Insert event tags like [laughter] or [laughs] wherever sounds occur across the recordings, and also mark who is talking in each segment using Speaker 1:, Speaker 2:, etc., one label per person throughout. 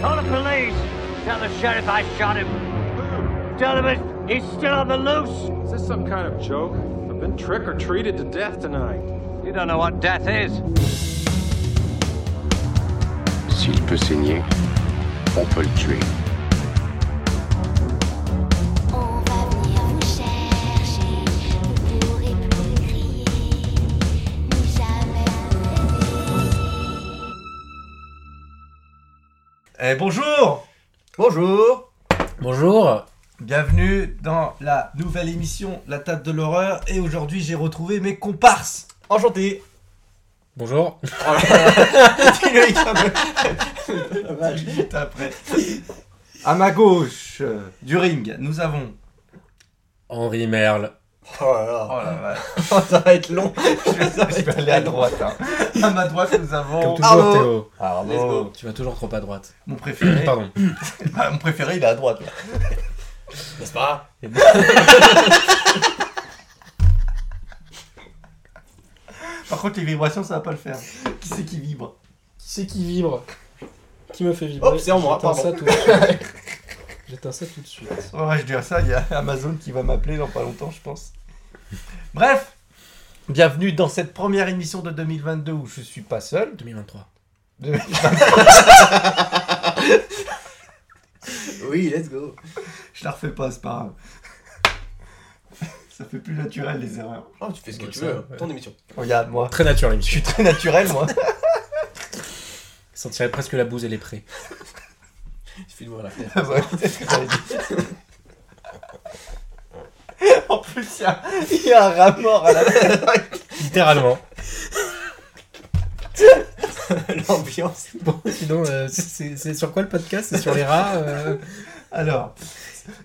Speaker 1: Call the police. Tell the sheriff I shot him. Tell him it- he's still on the loose.
Speaker 2: Is this some kind of joke? I've been trick or treated to death tonight.
Speaker 1: You don't know what death is.
Speaker 3: S'il peut saigner, on peut le tuer.
Speaker 4: On va venir vous chercher, vous ne pourrez plus crier, ni jamais vous rêver.
Speaker 5: Eh, bonjour
Speaker 6: Bonjour
Speaker 7: Bonjour.
Speaker 5: Bienvenue dans la nouvelle émission La Table de l'Horreur. Et aujourd'hui, j'ai retrouvé mes comparses.
Speaker 6: Enchanté
Speaker 7: Bonjour.
Speaker 5: Minutes après. À ma gauche euh, du ring, nous avons.
Speaker 7: Henri Merle.
Speaker 6: Oh là
Speaker 5: Oh la
Speaker 6: [laughs]
Speaker 5: vache.
Speaker 6: là, ça va être long Je vais, ça va
Speaker 5: [laughs] Je
Speaker 6: être
Speaker 5: vais aller à
Speaker 6: long.
Speaker 5: droite. hein. À ma droite, nous avons.
Speaker 7: Comme toujours,
Speaker 6: Arnaud.
Speaker 7: Théo.
Speaker 6: Arnaud.
Speaker 5: Let's go.
Speaker 7: Tu vas toujours trop à droite.
Speaker 5: Mon préféré.
Speaker 7: Pardon.
Speaker 5: Ah, mon préféré, il est à droite. là.
Speaker 6: [laughs] N'est-ce pas
Speaker 5: [laughs] Par contre, les vibrations, ça va pas le faire. Qui c'est qui vibre
Speaker 8: Qui c'est qui vibre Qui me fait vibrer
Speaker 6: Hop, c'est en moi,
Speaker 8: J'éteins
Speaker 6: pardon.
Speaker 8: ça tout de
Speaker 6: [laughs]
Speaker 8: suite. J'éteins ça tout de suite.
Speaker 5: Ouais, Oh, je dirais ça, il y a Amazon qui va m'appeler dans pas longtemps, je pense. Bref Bienvenue dans cette première émission de 2022 où je suis pas seul.
Speaker 7: 2023.
Speaker 6: [laughs] Oui, let's go
Speaker 5: Je la refais pas, c'est pas grave. Ça fait plus naturel les erreurs.
Speaker 6: Oh, tu fais ce que
Speaker 7: Ouais,
Speaker 6: tu
Speaker 7: ça,
Speaker 6: veux,
Speaker 7: ouais.
Speaker 6: ton émission.
Speaker 5: Regarde, moi,
Speaker 7: Très naturel,
Speaker 5: je suis
Speaker 7: monsieur.
Speaker 5: très naturel, [laughs] moi.
Speaker 7: Je sentirais presque la bouse et les prés.
Speaker 6: Il suffit d'ouvrir la fenêtre.
Speaker 5: Ouais, c'est ce que j'avais dit. en plus, il y a, il y a un rat mort à [laughs] la
Speaker 7: Littéralement.
Speaker 6: L'ambiance
Speaker 7: Bon, sinon, euh, c'est c'est sur quoi le podcast C'est sur les rats
Speaker 6: [laughs]
Speaker 7: euh
Speaker 5: Alors,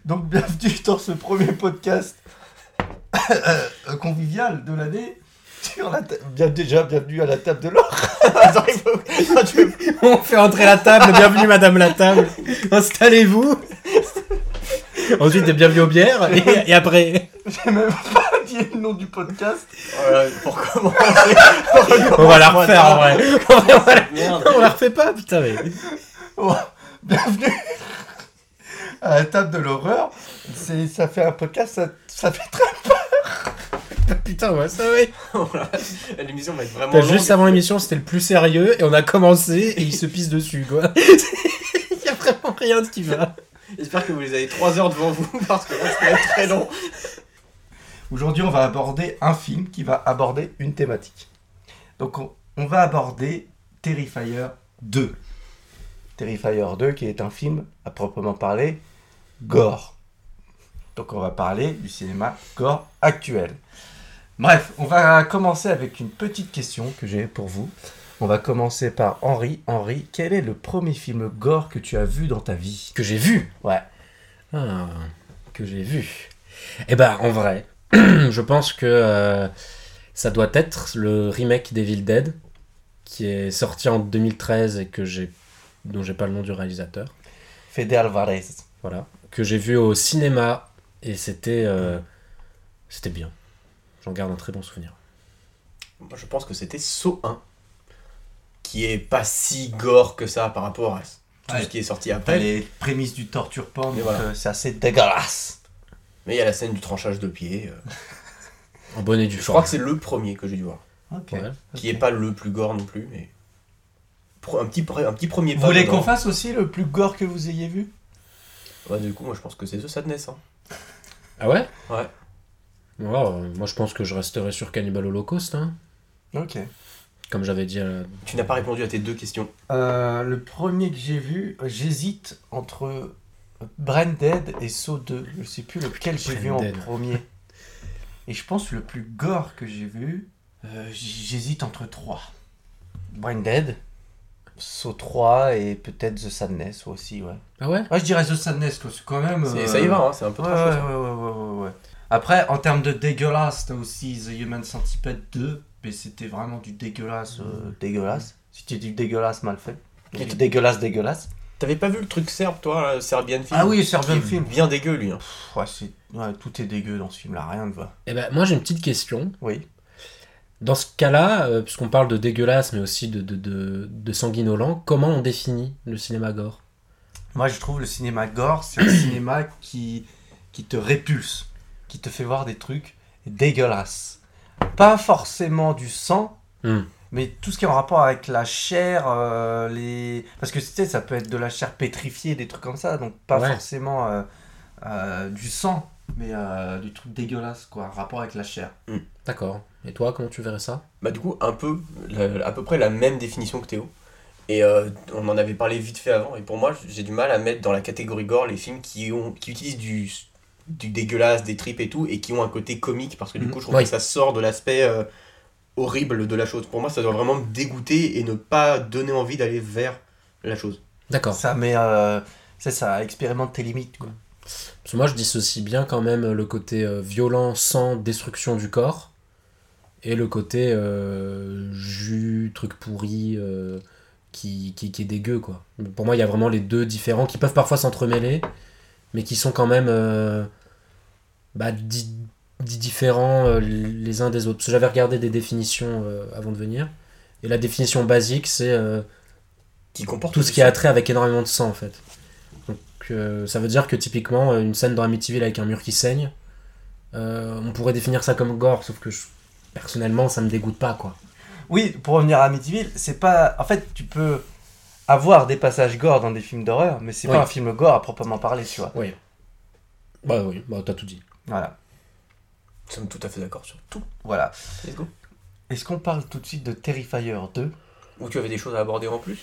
Speaker 5: donc bienvenue dans ce premier podcast euh, convivial de l'année. Sur la ta- Bien déjà, bienvenue à la table de [laughs] l'or. Attends, il faut- Ah, tu veux-
Speaker 7: On fait entrer la table. Bienvenue, madame la table. Installez-vous. Ensuite, bienvenue aux bières. Et, et après,
Speaker 5: J'ai même pas dit le nom du podcast.
Speaker 6: Oh là, pour commencer
Speaker 7: on va la refaire en vrai. [laughs] On va- on va la-
Speaker 6: Merde
Speaker 7: on la refait pas, putain, mais.
Speaker 5: Bon, bienvenue à la table de l'horreur. C'est, ça fait un podcast, ça, ça fait très.
Speaker 7: Putain, ouais, ça, [laughs] ouais.
Speaker 6: L'émission va être vraiment
Speaker 7: Putain,
Speaker 6: longue.
Speaker 7: juste avant l'émission, c'était le plus sérieux et on a commencé et il se pisse dessus, quoi. [laughs] Il y a vraiment rien de qui va.
Speaker 6: J'espère que vous les avez 3 heures devant vous, parce que là, ça va être très long
Speaker 5: Aujourd'hui, on va aborder un film qui va aborder une thématique. Donc, on, on va aborder Terrifier 2. Terrifier 2, qui est un film, à proprement parler, gore. Donc, on va parler du cinéma gore actuel. Bref, on va commencer avec une petite question que j'ai pour vous. On va commencer par Henri. Henri, quel est le premier film gore que tu as vu dans ta vie
Speaker 7: Que j'ai vu.
Speaker 5: Ouais.
Speaker 7: Ah, que j'ai vu. Eh ben, en vrai, [clears throat] je pense que euh, ça doit être le remake d'Evil Dead qui est sorti en 2013 et que j'ai dont j'ai pas le nom du réalisateur.
Speaker 5: Fede Alvarez.
Speaker 7: voilà, que j'ai vu au cinéma et c'était euh, c'était bien. J'en garde un très bon souvenir.
Speaker 6: Moi, je pense que c'était Saut 1, qui est pas si gore que ça par rapport à tout
Speaker 5: Ouais.
Speaker 6: ce qui est sorti
Speaker 5: T'as
Speaker 6: après.
Speaker 5: les prémices du torture porn,
Speaker 6: Mais
Speaker 5: donc,
Speaker 6: voilà.
Speaker 5: euh, c'est assez dégueulasse.
Speaker 6: Mais il y a la scène du tranchage de pied. euh.
Speaker 7: En bonne et due
Speaker 6: Je crois
Speaker 7: forme.
Speaker 6: que c'est le premier que j'ai dû voir.
Speaker 5: Ok.
Speaker 7: Ouais.
Speaker 6: Qui est pas le plus gore non plus, mais. Pro- Un petit, pre- un petit premier
Speaker 5: Vous
Speaker 6: pas.
Speaker 5: voulez
Speaker 6: dedans.
Speaker 5: qu'on fasse aussi le plus gore que vous ayez vu
Speaker 6: Ouais, Du coup, moi, je pense que c'est The Sadness. Hein.
Speaker 7: Ah ouais
Speaker 6: Ouais.
Speaker 7: Oh, moi je pense que je resterai sur Cannibal Holocaust, hein,
Speaker 5: Ok.
Speaker 7: comme j'avais dit. euh. à la-
Speaker 6: Tu n'as pas répondu à tes deux questions.
Speaker 5: Euh, le premier que j'ai vu, euh, j'hésite entre Branded et So 2. Je sais plus lequel j'ai vu en
Speaker 7: Branded.
Speaker 5: premier. [laughs] Et je pense le plus gore que j'ai vu, euh, j- j'hésite entre trois. Branded, So 3 et peut-être The Sadness aussi, ouais.
Speaker 7: Ah ouais
Speaker 5: Ouais, je dirais The Sadness, quoi, c'est quand même...
Speaker 6: C'est-
Speaker 5: euh,
Speaker 6: Ça y va, hein, c'est un peu
Speaker 5: Ouais, ouais,
Speaker 6: trash, hein.
Speaker 5: ouais, ouais, ouais, ouais, ouais. Après, en termes de dégueulasse, t'as aussi The Human Centipede 2, mais c'était vraiment du dégueulasse, euh, dégueulasse. C'était du dégueulasse mal fait.
Speaker 6: Et
Speaker 5: Du
Speaker 6: tu-
Speaker 5: dégueulasse, dégueulasse.
Speaker 6: T'avais pas vu le truc serbe, toi, là, Serbian Film
Speaker 5: Ah oui,
Speaker 6: qui est
Speaker 5: Serbian Film.
Speaker 6: Bien dégueu, lui. hein.
Speaker 5: Pff, ouais, c'est- ouais, tout est dégueu dans ce film-là, rien ne va.
Speaker 7: Eh ben moi j'ai une petite question.
Speaker 5: Oui.
Speaker 7: Dans ce cas-là, euh, puisqu'on parle de dégueulasse mais aussi de, de, de, de sanguinolent, comment on définit le cinéma gore
Speaker 5: Moi, je trouve le cinéma gore, c'est
Speaker 7: [clears throat]
Speaker 5: un cinéma qui, qui te répulse, qui te fait voir des trucs dégueulasses. Pas forcément du sang,
Speaker 7: Hmm.
Speaker 5: mais tout ce qui est en rapport avec la chair, euh, les... parce que tu sais, ça peut être de la chair pétrifiée, des trucs comme ça, donc pas
Speaker 7: Ouais.
Speaker 5: forcément euh, euh, du sang, mais euh, du truc dégueulasse, quoi, en rapport avec la chair.
Speaker 7: D'accord. Et toi, comment tu verrais ça
Speaker 6: Bah du coup, un peu, la- à peu près la même définition que Théo. Et euh, on en avait parlé vite fait avant. Et pour moi, j'ai du mal à mettre dans la catégorie gore les films qui, ont, qui utilisent du, du dégueulasse, des tripes et tout, et qui ont un côté comique. Parce que du
Speaker 5: Mhm.
Speaker 6: coup, je trouve
Speaker 7: Oui.
Speaker 6: que ça sort de l'aspect euh, horrible de la chose. Pour moi, ça doit vraiment me dégoûter et ne pas donner envie d'aller vers la chose.
Speaker 7: D'accord.
Speaker 5: Ça, mais euh, c'est ça, expérimente tes limites, quoi.
Speaker 7: Parce que moi, je dissocie bien quand même le côté euh, violent, sang, destruction du corps, et le côté euh, jus, truc pourri, euh, qui, qui, qui est dégueu, quoi. Pour moi, il y a vraiment les deux différents qui peuvent parfois s'entremêler, mais qui sont quand même euh, bah, di- di- différents euh, les uns des autres. Parce que j'avais regardé des définitions euh, avant de venir, et la définition basique, c'est... euh,
Speaker 6: Qui comporte
Speaker 7: tout ce
Speaker 6: du
Speaker 7: qui a
Speaker 6: sang.
Speaker 7: trait avec énormément de sang en fait. Donc euh, ça veut dire que typiquement euh, une scène dans Amityville avec un mur qui saigne, euh, on pourrait définir ça comme gore, sauf que je- personnellement ça me dégoûte pas quoi.
Speaker 5: Oui, pour revenir à Amityville, c'est pas. En fait, tu peux avoir des passages gore dans des films d'horreur, mais c'est
Speaker 7: Oui.
Speaker 5: pas un film gore à proprement parler, tu vois.
Speaker 7: Bah oui, bah t'as tout dit.
Speaker 5: Voilà.
Speaker 6: Nous sommes tout à fait d'accord sur tout.
Speaker 5: voilà.
Speaker 6: Let's go.
Speaker 5: Est-ce qu'on parle tout de suite de Terrifier 2
Speaker 6: Ou tu avais des choses à aborder en plus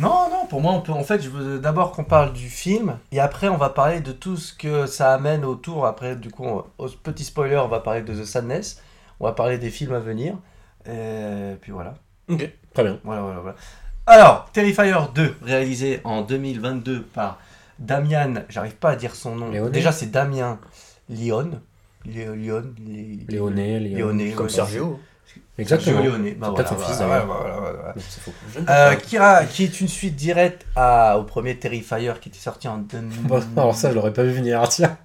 Speaker 5: Non, non, pour moi, on peut. En fait, je veux d'abord qu'on parle du film, et après, on va parler de tout ce que ça amène autour. Après, du coup, on- au petit spoiler, on va parler de The Sadness, on va parler des films à venir, et puis voilà.
Speaker 6: Ok.
Speaker 7: Très bien.
Speaker 5: Voilà, voilà, voilà. Alors, Terrifier 2, réalisé en 2022 par Damian, j'arrive pas à dire son nom.
Speaker 7: Léoné.
Speaker 5: Déjà, c'est Damien Lyon. Lé- Lyon. Ah, Lé-
Speaker 7: Léoné, Léoné.
Speaker 5: Léoné,
Speaker 6: Comme
Speaker 5: ouais.
Speaker 6: Sergio.
Speaker 7: Exactement.
Speaker 5: Sergio Léoné, bah
Speaker 7: C'est
Speaker 5: voilà,
Speaker 7: peut-être son fils,
Speaker 5: voilà,
Speaker 7: d'ailleurs.
Speaker 5: voilà, voilà, voilà, voilà.
Speaker 7: Mais c'est faux.
Speaker 6: Je ne sais
Speaker 5: Euh,
Speaker 6: pas.
Speaker 5: qui, ra- qui est une suite directe à, au premier Terrifier qui était sorti en 2000.
Speaker 7: Bon, alors ça je l'aurais pas vu venir. [laughs] Ah, tiens.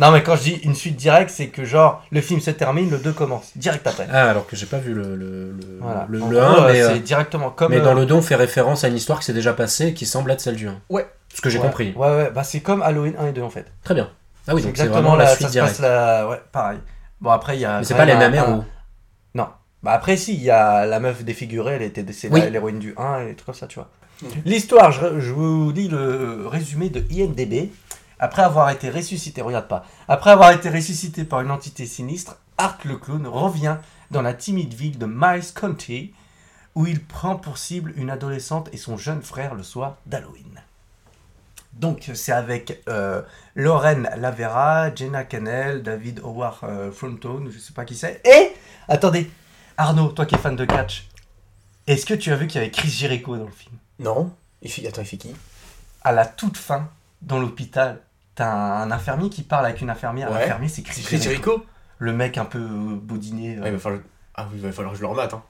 Speaker 5: Non, mais quand je dis une suite directe, c'est que genre le film se termine, le 2 commence, direct après.
Speaker 7: Ah alors que j'ai pas vu le, le, le,
Speaker 5: Voilà.
Speaker 7: le,
Speaker 5: En
Speaker 7: le
Speaker 5: gros,
Speaker 7: 1,
Speaker 5: euh,
Speaker 7: mais,
Speaker 5: c'est
Speaker 7: euh,
Speaker 5: directement comme.
Speaker 7: mais
Speaker 5: euh,
Speaker 7: dans le 2 on fait référence à une histoire qui s'est déjà passée et qui semble être celle du 1.
Speaker 6: Ouais.
Speaker 7: Ce que j'ai
Speaker 5: ouais,
Speaker 7: compris.
Speaker 5: Ouais, ouais, bah c'est comme Halloween 1 et 2 en fait.
Speaker 7: Très bien. Ah oui,
Speaker 5: C'est
Speaker 7: donc c'est
Speaker 5: exactement
Speaker 7: vraiment
Speaker 5: la,
Speaker 7: la
Speaker 5: ça
Speaker 7: suite
Speaker 5: se passe
Speaker 7: directe.
Speaker 5: la... Ouais, pareil. Bon, après, il y a.
Speaker 7: Mais c'est
Speaker 5: quand
Speaker 7: pas les hein.
Speaker 5: même un-
Speaker 7: mêmes
Speaker 5: un-
Speaker 7: héros.
Speaker 5: Bah, après, si, il y a la meuf défigurée, elle était décédée,
Speaker 7: Oui.
Speaker 5: l'héroïne du 1 et des trucs comme ça, tu vois.
Speaker 6: Mhm.
Speaker 5: L'histoire, je, je vous lis le résumé de IMDB. Après avoir été ressuscité, regarde pas, après avoir été ressuscité par une entité sinistre, Art le clown revient dans la timide ville de Miles County, où il prend pour cible une adolescente et son jeune frère le soir d'Halloween. Donc c'est avec euh, Lorraine Lavera, Jenna Cannell, David Howard euh, Frontone, je sais pas qui c'est. Et attendez, Arnaud, toi qui es fan de catch, est-ce que tu as vu qu'il y avait Chris Jericho dans le film
Speaker 6: Non. Il fait... Attends, il fait qui
Speaker 5: À la toute fin, dans l'hôpital, t'as un infirmier qui parle avec une infirmière.
Speaker 6: Ouais.
Speaker 5: L'infirmier, c'est Chris
Speaker 6: C'est
Speaker 5: Jericho.
Speaker 6: Jericho
Speaker 5: Le mec un peu euh, baudiné. euh,
Speaker 6: Ah, il va falloir... ah oui, il va falloir que je le remate. Hein.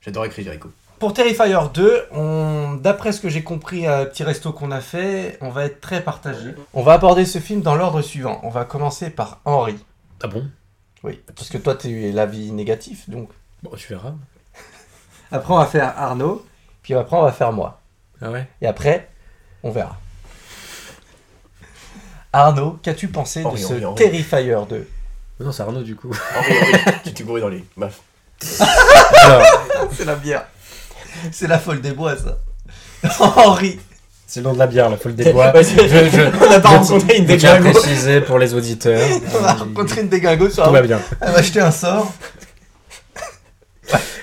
Speaker 6: J'adore écrire Jericho.
Speaker 5: Pour Terrifier 2, on- d'après ce que j'ai compris, euh, petit resto qu'on a fait, on va être très partagé. On va aborder ce film dans l'ordre suivant. On va commencer par Henri.
Speaker 7: Ah bon
Speaker 5: Oui, parce que toi, tu es l'avis négatif, donc.
Speaker 7: Bon, tu verras.
Speaker 5: Après, on va faire Arnaud, puis après, on va faire moi.
Speaker 7: Ah ouais
Speaker 5: Et après, on verra. Arnaud, qu'as-tu pensé de
Speaker 6: Henri,
Speaker 5: ce
Speaker 6: Henri, Henri.
Speaker 5: Terrifier 2
Speaker 7: Mais Non, c'est Arnaud du coup.
Speaker 6: Henri, Henri, [laughs] tu t'es gouré dans les. Bref.
Speaker 5: C'est la bière. C'est la folle des bois, ça. [laughs] Henri
Speaker 7: c'est le nom de la bière, la folle des [laughs] bois.
Speaker 6: Vas-y. On n'a pas
Speaker 7: je-
Speaker 6: rencontré une
Speaker 7: Je tiens à
Speaker 6: déglingo.
Speaker 7: préciser pour les [laughs] auditeurs.
Speaker 5: On va rencontrer une déglingo sur
Speaker 7: Tout va
Speaker 5: un...
Speaker 7: bien.
Speaker 5: Elle va acheter un sort.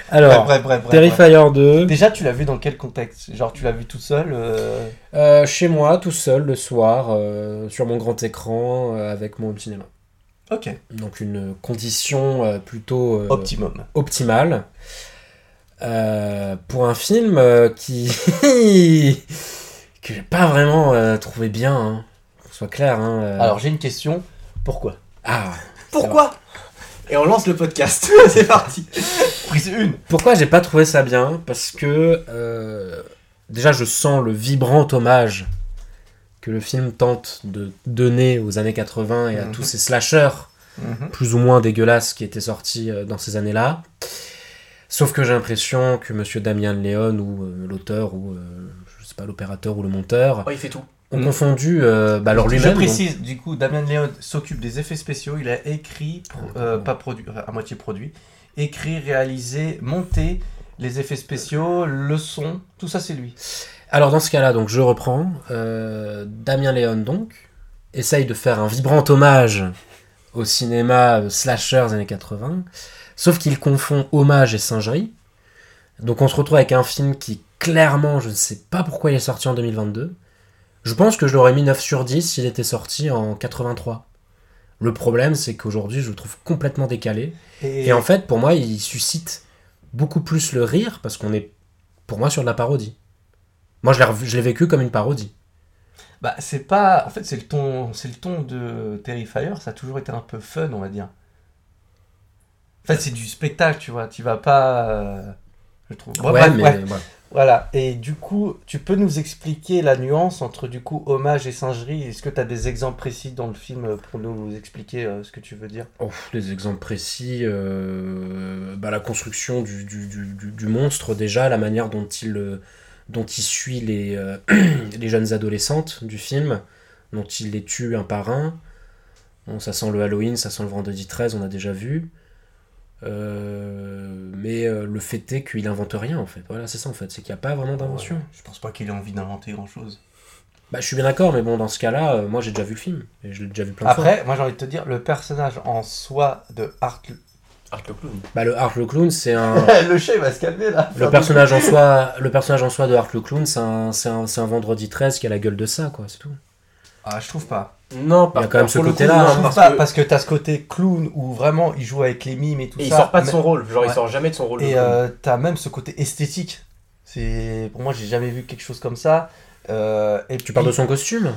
Speaker 7: Alors,
Speaker 5: bref, bref, bref. bref.
Speaker 7: Terrifier 2.
Speaker 5: Déjà, tu l'as vu dans quel contexte Genre, tu l'as vu tout seul euh,
Speaker 7: euh, chez moi, tout seul, le soir, euh, sur mon grand écran, euh, avec mon home cinéma.
Speaker 5: Ok.
Speaker 7: Donc une condition euh, plutôt euh,
Speaker 5: Optimum.
Speaker 7: optimale. Euh, pour un film euh, qui [laughs] que j'ai pas vraiment euh, trouvé bien, hein. qu'on soit clair. hein, euh.
Speaker 5: Alors, j'ai une question. Pourquoi
Speaker 7: ah,
Speaker 6: Pourquoi Et on lance le podcast. [laughs] C'est parti.
Speaker 5: Prise une
Speaker 7: Pourquoi j'ai pas trouvé ça bien Parce que euh, déjà je sens le vibrant hommage que le film tente de donner aux années 80 et à
Speaker 5: Mhm.
Speaker 7: tous Mhm. ces slashers plus ou moins dégueulasses qui étaient sortis euh, dans ces années-là.
Speaker 9: Sauf que j'ai l'impression que Monsieur Damien Léon ou euh, l'auteur ou euh, je sais pas l'opérateur ou le monteur
Speaker 6: Oh, il fait tout.
Speaker 9: ont
Speaker 5: Mm.
Speaker 9: confondu euh, bah, alors
Speaker 5: Je
Speaker 9: lui-même. donc-
Speaker 5: précise, du coup, Damien Léon s'occupe des effets spéciaux. Il a écrit, pro- euh, pas produit, à moitié produit, écrit, réalisé, monté les effets spéciaux, le son, tout ça c'est lui.
Speaker 9: Alors dans ce cas-là, donc je reprends. Euh, Damien Léon donc essaye de faire un vibrant hommage au cinéma euh, slasher des années 80, sauf qu'il confond hommage et singerie. Donc on se retrouve avec un film qui clairement, je ne sais pas pourquoi il est sorti en 2022. Je pense que je l'aurais mis 9 sur 10 s'il était sorti en 83. Le problème, c'est qu'aujourd'hui, je le trouve complètement décalé. Et en fait, pour moi, il suscite beaucoup plus le rire parce qu'on est, pour moi, sur de la parodie. Moi, je l'ai revu- je l'ai vécu comme une parodie.
Speaker 5: Bah, c'est pas. En fait, c'est le ton, c'est le ton de Terrifier. Ça a toujours été un peu fun, on va dire. En fait, c'est du spectacle, tu vois. Tu vas pas. euh, Je trouve. Bon,
Speaker 9: ouais,
Speaker 5: bref,
Speaker 9: mais
Speaker 5: ouais.
Speaker 9: ouais.
Speaker 5: Voilà. Et du coup, tu peux nous expliquer la nuance entre du coup hommage et singerie. Est-ce que tu as des exemples précis dans le film euh, pour nous expliquer euh, ce que tu veux dire
Speaker 9: Oh, pff, des exemples précis, euh, bah, la construction du, du- du- du- du monstre déjà, la manière dont il, euh, dont il suit les, euh, [clears throat] les jeunes adolescentes du film, dont il les tue un par un. Bon, ça sent le Halloween, ça sent le vendredi 13, on a déjà vu. Euh, mais euh, le fait est qu'il invente rien en fait. Voilà, c'est ça en fait, c'est qu'il n'y a pas vraiment d'invention.
Speaker 5: Ouais, Je pense pas qu'il ait envie d'inventer grand chose.
Speaker 9: Bah, je suis bien d'accord, mais bon, dans ce cas-là, euh, moi j'ai déjà vu le film, et je l'ai déjà vu plein de fois.
Speaker 5: Après, moi j'ai envie de te dire, le personnage en soi de Art.
Speaker 6: Art le clown.
Speaker 9: Bah, le Art le Clown, c'est un.
Speaker 5: [laughs] le chat il va se calmer là.
Speaker 9: Le personnage, en soi, le personnage en soi de Hart le Clown, c'est un, c'est un, c'est un vendredi 13 qui a la gueule de ça, quoi, c'est tout.
Speaker 5: Ah, je trouve pas.
Speaker 6: Non,
Speaker 9: Il y a quand même ce
Speaker 6: pour le coup,
Speaker 9: côté-là,
Speaker 6: non,
Speaker 9: hein,
Speaker 5: Je trouve
Speaker 6: parce
Speaker 5: pas,
Speaker 6: que-
Speaker 5: parce que t'as ce côté clown où vraiment il joue avec les mimes et tout
Speaker 6: Et il
Speaker 5: ça.
Speaker 6: sort pas de
Speaker 5: mais-
Speaker 6: son rôle. Genre, il
Speaker 5: Ouais.
Speaker 6: sort jamais de son rôle. de
Speaker 5: Et
Speaker 6: clown.
Speaker 5: euh, t'as même ce côté esthétique. C'est pour moi j'ai jamais vu quelque chose comme ça. Euh, et
Speaker 9: Tu parles de son costume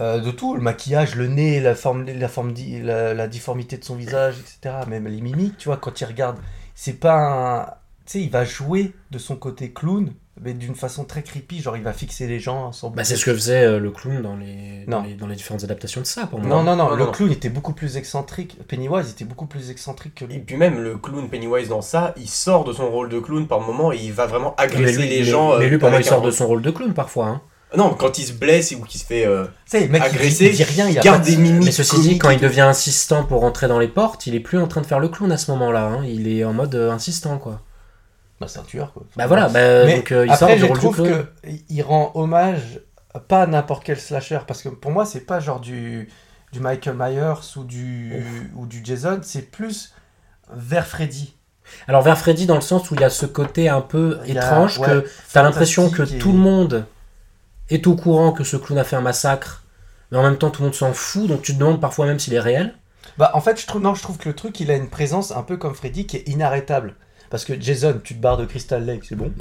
Speaker 5: Euh, de tout, le maquillage, le nez, la forme, la forme, di- la, la difformité de son visage, etc. Même les mimiques, tu vois, quand il regarde, c'est pas un, tu sais, il va jouer de son côté clown, mais d'une façon très creepy, genre il va fixer les gens. Sans
Speaker 9: Bah, c'est ce que faisait euh, le clown dans les, dans
Speaker 5: Non.
Speaker 9: les, dans les différentes adaptations de ça, pour moi.
Speaker 5: Non, non, non,
Speaker 6: Non,
Speaker 5: le
Speaker 6: non.
Speaker 5: clown était beaucoup plus excentrique. Pennywise était beaucoup plus excentrique que lui.
Speaker 6: Et puis même le clown Pennywise dans ça, il sort de son rôle de clown par moment et il va vraiment
Speaker 9: Mais
Speaker 6: agresser
Speaker 9: lui,
Speaker 6: les
Speaker 9: mais-
Speaker 6: gens.
Speaker 9: mais
Speaker 6: euh,
Speaker 9: lui, pour moi, il
Speaker 6: avec
Speaker 9: sort
Speaker 6: un-
Speaker 9: de son rôle de clown parfois. hein.
Speaker 6: Non, quand il se blesse ou qu'il se fait euh,
Speaker 5: Tu sais, le mec, il dit,
Speaker 6: agresser,
Speaker 5: il dit rien, il a
Speaker 6: garde
Speaker 5: pas de-
Speaker 6: des mimiques.
Speaker 9: Mais ceci dit,
Speaker 6: comiques.
Speaker 9: quand il devient insistant pour rentrer dans les portes, il est plus en train de faire le clown à ce moment-là. hein. Il est en mode euh, insistant, quoi.
Speaker 5: Bah, c'est un tueur, quoi.
Speaker 7: Ah,
Speaker 9: Bah voilà, bah,
Speaker 5: Mais
Speaker 9: donc euh, il
Speaker 5: Après, je
Speaker 9: sort du rôle du
Speaker 5: trouve
Speaker 9: clown.
Speaker 5: que il rend hommage pas à n'importe quel slasher parce que pour moi, c'est pas genre du du Michael Myers ou du ou du Jason, c'est plus vers Freddy.
Speaker 9: Alors vers Freddy dans le sens où il y a ce côté un peu
Speaker 5: Il y a-
Speaker 9: étrange
Speaker 5: ouais,
Speaker 9: que t'as l'impression que
Speaker 5: fantastique et-
Speaker 9: tout le monde est au courant que ce clown a fait un massacre, mais en même temps tout le monde s'en fout, donc tu te demandes parfois même s'il est réel.
Speaker 5: Bah en fait, je trouve non, je trouve que le truc, il a une présence un peu comme Freddy qui est inarrêtable. Parce que Jason, tu te barres de Crystal Lake, c'est bon.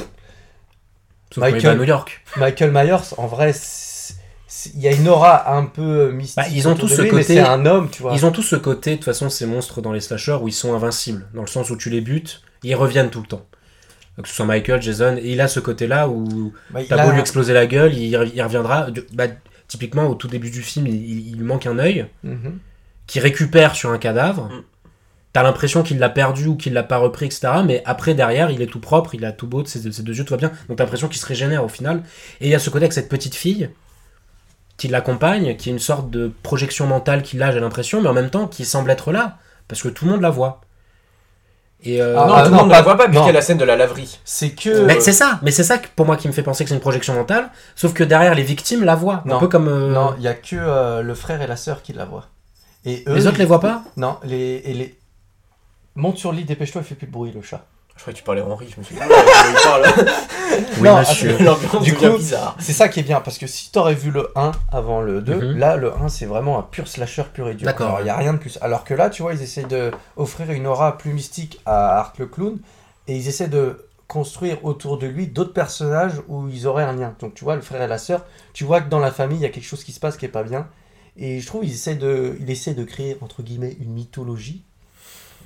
Speaker 9: Sauf quand il
Speaker 5: Michael-
Speaker 9: va à New York.
Speaker 5: Michael Myers, en vrai, c'est- c'est- il y a une aura un peu mystique.
Speaker 9: Bah, ils ont
Speaker 5: autour
Speaker 9: tous
Speaker 5: de
Speaker 9: ce
Speaker 5: lui, mais
Speaker 9: côté-
Speaker 5: c'est un homme, tu vois.
Speaker 9: Ils ont tous ce côté, de toute façon, ces monstres dans les slashers où ils sont invincibles, dans le sens où tu les butes, ils reviennent tout le temps. Que ce soit Michael, Jason, et il a ce côté-là où
Speaker 5: Bah, il
Speaker 9: T'as
Speaker 5: a-
Speaker 9: beau lui exploser la gueule, il, il reviendra. Du- Bah, typiquement, au tout début du film, il, il- il lui manque un œil,
Speaker 5: Mhm.
Speaker 9: qui récupère sur un cadavre.
Speaker 6: Mm.
Speaker 9: T'as l'impression qu'il l'a perdu ou qu'il l'a pas repris, etc. Mais après, derrière, il est tout propre, il a tout beau, de ses, de ses deux yeux, tout va bien. Donc t'as l'impression qu'il se régénère au final. Et il y a ce côté avec cette petite fille qui l'accompagne, qui est une sorte de projection mentale qu'il a, j'ai l'impression, mais en même temps qui semble être là, parce que tout le monde la voit. Et euh,
Speaker 5: Ah,
Speaker 6: Non,
Speaker 5: ah,
Speaker 6: tout le
Speaker 5: non,
Speaker 6: monde ne la
Speaker 5: pas-
Speaker 6: voit pas,
Speaker 5: non.
Speaker 6: puisqu'il y a la scène de la laverie.
Speaker 5: C'est que.
Speaker 9: Mais c'est ça, mais c'est ça que, pour moi qui me fait penser que c'est une projection mentale, sauf que derrière les victimes la voient,
Speaker 5: Non.
Speaker 9: un peu comme euh,
Speaker 5: Non, il y a que euh, le frère et la sœur qui la voient. Et eux,
Speaker 9: les autres
Speaker 5: ils-
Speaker 9: les voient pas.
Speaker 5: Non, les et les monte sur le lit, dépêche-toi, il fait plus de bruit le chat.
Speaker 6: Je croyais que tu parlais à Henri,
Speaker 5: [laughs]
Speaker 6: je me suis dit, oh, il parle. [laughs]
Speaker 9: Oui,
Speaker 5: Non,
Speaker 9: monsieur.
Speaker 5: [laughs]
Speaker 6: L'ambiance
Speaker 5: Du
Speaker 6: devient
Speaker 5: coup-
Speaker 6: bizarre.
Speaker 5: C'est ça qui est bien parce que si t'aurais vu le 1 avant le 2,
Speaker 9: Mhm.
Speaker 5: là le 1 c'est vraiment un pur slasher pur et dur.
Speaker 9: D'accord.
Speaker 5: Alors, Il y a rien de plus. Alors que là, tu vois, ils essaient de offrir une aura plus mystique à Art le clown et ils essaient de construire autour de lui d'autres personnages où ils auraient un lien. Donc tu vois, le frère et la sœur, tu vois que dans la famille, il y a quelque chose qui se passe qui est pas bien. Et je trouve il essaie de, il essaie de créer, entre guillemets, une mythologie.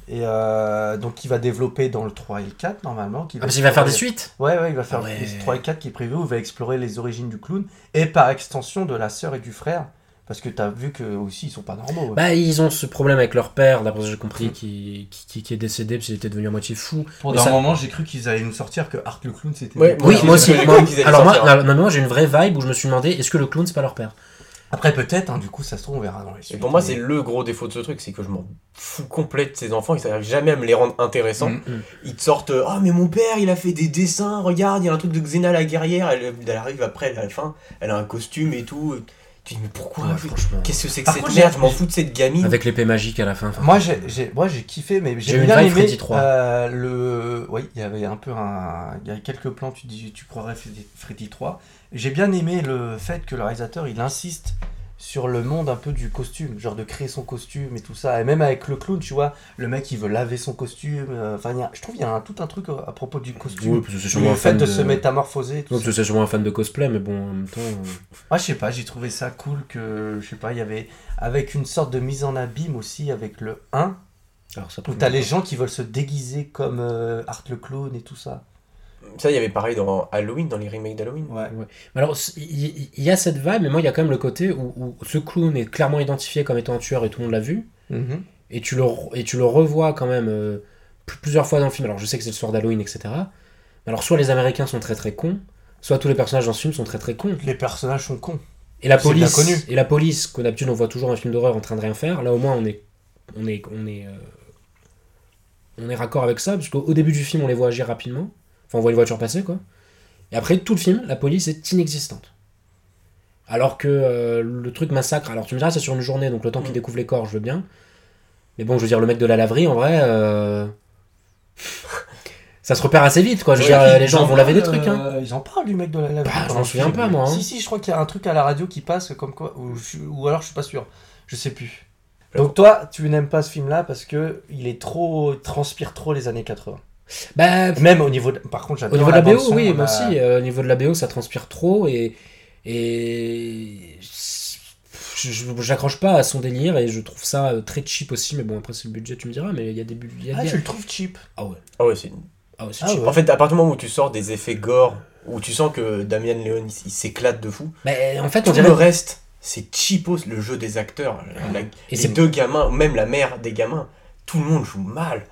Speaker 5: Et euh, donc, il va développer dans le 3 et le 4, normalement. qu'il
Speaker 9: Ah, parce qu'il va faire des
Speaker 5: explorer-
Speaker 9: suites.
Speaker 5: Ouais, ouais, il va faire
Speaker 9: Ah ouais.
Speaker 5: les 3 et 4 qui est prévu, où il va explorer les origines du clown, et par extension de la sœur et du frère, Parce que t'as vu que aussi ils sont pas normaux. eux.
Speaker 7: Bah, ils ont ce problème avec leur père, d'après ce que j'ai
Speaker 6: Mm.
Speaker 7: compris, qui, qui, qui- qui est décédé parce qu'il était devenu à moitié fou.
Speaker 5: Pendant
Speaker 7: mais ça-
Speaker 5: un moment, j'ai cru qu'ils allaient nous sortir que Art le clown c'était.
Speaker 6: Ouais,
Speaker 5: des-
Speaker 7: Oui,
Speaker 6: Ouais,
Speaker 7: moi aussi.
Speaker 6: c'est ce que j'ai
Speaker 7: moi-
Speaker 6: compris qu'ils allaient
Speaker 7: alors, moi,
Speaker 6: sortir.
Speaker 7: non, non, moi j'ai une vraie vibe où je me suis demandé est-ce que le clown c'est pas leur père
Speaker 5: Après peut-être, hein, du coup ça se trouve on verra dans les
Speaker 6: Et
Speaker 5: suites,
Speaker 6: pour moi,
Speaker 5: mais-
Speaker 6: c'est le gros défaut de ce truc, c'est que je m'en fous complet de ces enfants, ils n'arrivent jamais à me les rendre intéressants.
Speaker 5: Mm,
Speaker 7: mm.
Speaker 6: Ils te sortent Ah, mais mon père, il a fait des dessins, regarde, il y a un truc de Xena la guerrière, elle, elle arrive après, à la fin, elle a un costume et tout. Tu dis Mais pourquoi
Speaker 5: Ah,
Speaker 7: Ouais, franchement.
Speaker 6: Qu'est-ce que c'est que
Speaker 5: Par
Speaker 6: cette
Speaker 5: contre,
Speaker 6: merde
Speaker 5: j'ai-
Speaker 6: Je m'en fous de cette gamine.
Speaker 7: Avec l'épée magique à la fin. enfin.
Speaker 5: Moi j'ai, j'ai- moi j'ai kiffé, mais
Speaker 7: J'ai
Speaker 5: j'ai
Speaker 7: eu
Speaker 5: bien
Speaker 7: une vibe
Speaker 5: aimé
Speaker 7: Freddy 3.
Speaker 5: euh, le. Oui, il y avait un peu un. Il y a quelques plans, tu dis, tu croirais Freddy, Freddy 3. J'ai bien aimé le fait que le réalisateur il insiste sur le monde un peu du costume, genre de créer son costume et tout ça. Et même avec le clown, tu vois, le mec il veut laver son costume. euh, Enfin, il y a- je trouve il y a un- tout un truc euh, à propos du costume.
Speaker 7: Oui, parce que c'est sûrement
Speaker 5: Le
Speaker 7: un
Speaker 5: fait
Speaker 7: fan
Speaker 5: de, se métamorphoser. tout
Speaker 7: Non,
Speaker 5: ça.
Speaker 7: parce que c'est sûrement un fan de cosplay, mais bon, en même temps. euh,
Speaker 5: Moi, je sais pas, j'ai trouvé ça cool que, je sais pas, il y avait, avec une sorte de mise en abîme aussi avec le 1,
Speaker 7: Alors, ça
Speaker 5: où t'as les gens qui veulent se déguiser comme euh, Art le clown et tout ça.
Speaker 6: Ça, il y avait pareil dans Halloween, dans les remakes d'Halloween.
Speaker 5: Ouais.
Speaker 7: Mais Alors, c- il il- il y, a cette vibe, mais moi, il y a quand même le côté où, où ce clown est clairement identifié comme étant un tueur et tout le monde l'a vu, et tu le, re- et tu le revois quand même euh, pl- plusieurs fois dans le film. Alors, je sais que c'est le soir d'Halloween, etc. Mais alors, soit les Américains sont très très cons, soit tous les personnages dans ce film sont très très cons.
Speaker 5: Les personnages sont cons.
Speaker 7: Et la
Speaker 5: C'est bien
Speaker 7: police,
Speaker 5: connu.
Speaker 7: et la police, qu'on d'habitude on voit toujours un film d'horreur en train de rien faire, là au moins on est, on est, on est, euh, on est raccord avec ça, parce qu'au au début du film on les voit agir rapidement, enfin on voit une voiture passer quoi. Et après tout le film, la police est inexistante. Alors que euh, le truc massacre, alors tu me diras c'est sur une journée, donc le
Speaker 5: Mm.
Speaker 7: temps qu'ils découvrent les corps, je veux bien. Mais bon, je veux dire, le mec de la laverie, en vrai, euh, [laughs] ça se repère assez vite quoi. Je veux dire, euh,
Speaker 5: Ils-
Speaker 7: les
Speaker 5: ils
Speaker 7: gens
Speaker 5: en
Speaker 7: vont laver des
Speaker 5: parlent,
Speaker 7: trucs. Hein.
Speaker 5: euh, Ils en parlent du mec de la laverie.
Speaker 7: Bah, je
Speaker 5: dans
Speaker 7: m'en
Speaker 5: le
Speaker 7: souviens
Speaker 5: film.
Speaker 7: pas moi. hein.
Speaker 5: Si, si, je crois qu'il y a un truc à la radio qui passe comme quoi, ou, je- ou alors je suis pas sûr. Je sais plus.
Speaker 6: Je
Speaker 5: Donc toi, tu n'aimes pas ce film-là parce que il est trop transpire trop les années 80.
Speaker 7: Bah,
Speaker 5: Même au niveau, de- par contre, j'adore
Speaker 7: Au niveau de la BO,
Speaker 5: bande-son,
Speaker 7: oui, moi
Speaker 5: la- Ah,
Speaker 7: aussi. euh, au niveau de la BO, ça transpire trop et. et... je- je- J'accroche pas à son délire et je trouve ça euh, très cheap aussi, mais bon, après c'est le budget, tu me diras, mais il y a des bu- il y a
Speaker 5: Ah,
Speaker 7: des-
Speaker 5: tu le trouves cheap.
Speaker 7: Ah ouais,
Speaker 6: Ah ouais, c'est
Speaker 7: ah ouais, c'est
Speaker 5: Ah
Speaker 7: cheap.
Speaker 5: ouais.
Speaker 6: En fait, à partir du moment où tu sors des effets gore, où tu sens que Damien Leon il, s- il s'éclate de fou,
Speaker 7: Mais en fait, on
Speaker 6: tout
Speaker 7: dirait.
Speaker 6: le reste, c'est cheapos le jeu des acteurs. La-
Speaker 7: Et
Speaker 6: les
Speaker 7: c'est
Speaker 6: deux gamins, même la mère des gamins, tout le monde joue mal.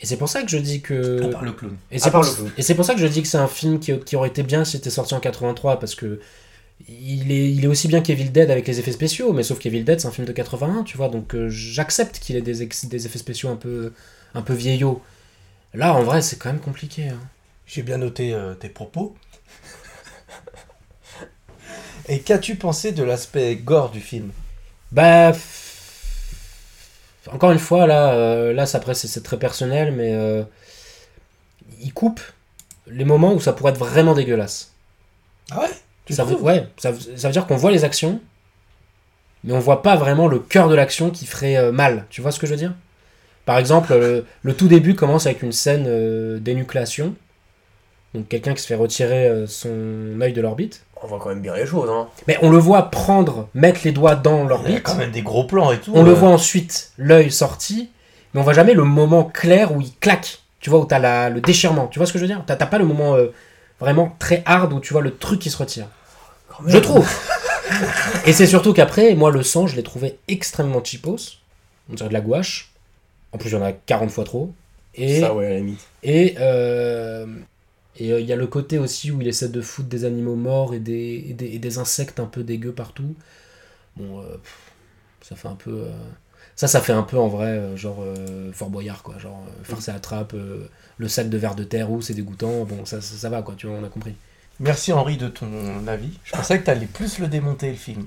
Speaker 7: et c'est pour ça que je dis que.
Speaker 5: le clown.
Speaker 7: Et
Speaker 6: à
Speaker 7: c'est
Speaker 6: part
Speaker 7: pour...
Speaker 6: le clown.
Speaker 7: et c'est pour ça que je dis que c'est un film qui, qui aurait été bien si c'était sorti en 83, parce que. Il est, il est aussi bien qu'Evil Dead avec les effets spéciaux, mais sauf qu'Evil Dead c'est un film de 81, tu vois, donc euh, j'accepte qu'il ait des, ex- des effets spéciaux un peu, un peu vieillots. Là en vrai c'est quand même compliqué. hein.
Speaker 5: J'ai bien noté euh, tes propos. Et qu'as-tu pensé de l'aspect gore du film
Speaker 7: Bah. f- Encore une fois, là, euh, là ça, après, c'est- c'est très personnel, mais. euh, il coupe les moments où ça pourrait être vraiment dégueulasse.
Speaker 5: Ah ouais Tu
Speaker 7: Ça veut,
Speaker 5: trouves
Speaker 7: ouais, ça, veut- ça veut dire qu'on voit les actions, mais on voit pas vraiment le cœur de l'action qui ferait euh, mal. Tu vois ce que je veux dire Par exemple, le, le tout début commence avec une scène euh, d'énucléation. Donc quelqu'un qui se fait retirer euh, son œil de l'orbite.
Speaker 6: On voit quand même bien les choses, hein.
Speaker 7: Mais on le voit prendre, mettre les doigts
Speaker 5: Il
Speaker 7: dans
Speaker 5: y a
Speaker 7: l'orbite.
Speaker 5: quand même des gros plans et tout.
Speaker 7: On le
Speaker 5: euh,
Speaker 7: voit ensuite, l'œil sorti, mais on voit jamais le moment clair où il claque. Tu vois, où t'as la- le déchirement. Tu vois ce que je veux dire T'as t'as pas le moment euh, vraiment très hard où tu vois le truc qui se retire.
Speaker 6: Quand
Speaker 7: Je
Speaker 6: même.
Speaker 7: trouve [laughs] Et c'est surtout qu'après, moi, le sang, je l'ai trouvé extrêmement cheapos. On dirait de la gouache. En plus, il y en a 40 fois trop. Et
Speaker 6: Ça, ouais, à la limite.
Speaker 7: et euh, et, euh, il y a le côté aussi où il essaie de foutre des animaux morts et des, et des, et des insectes un peu dégueux partout. Bon, euh, pff, ça fait un peu. euh, ça, ça fait un peu en vrai, euh, genre euh, Fort Boyard, quoi. Genre, euh, force à la trappe, euh, le sac de verre de terre, où c'est dégoûtant. Bon, ça, ça, ça va, quoi, tu vois, on a compris.
Speaker 5: Merci Henri de ton avis. Je pensais que t'allais plus le démonter le film.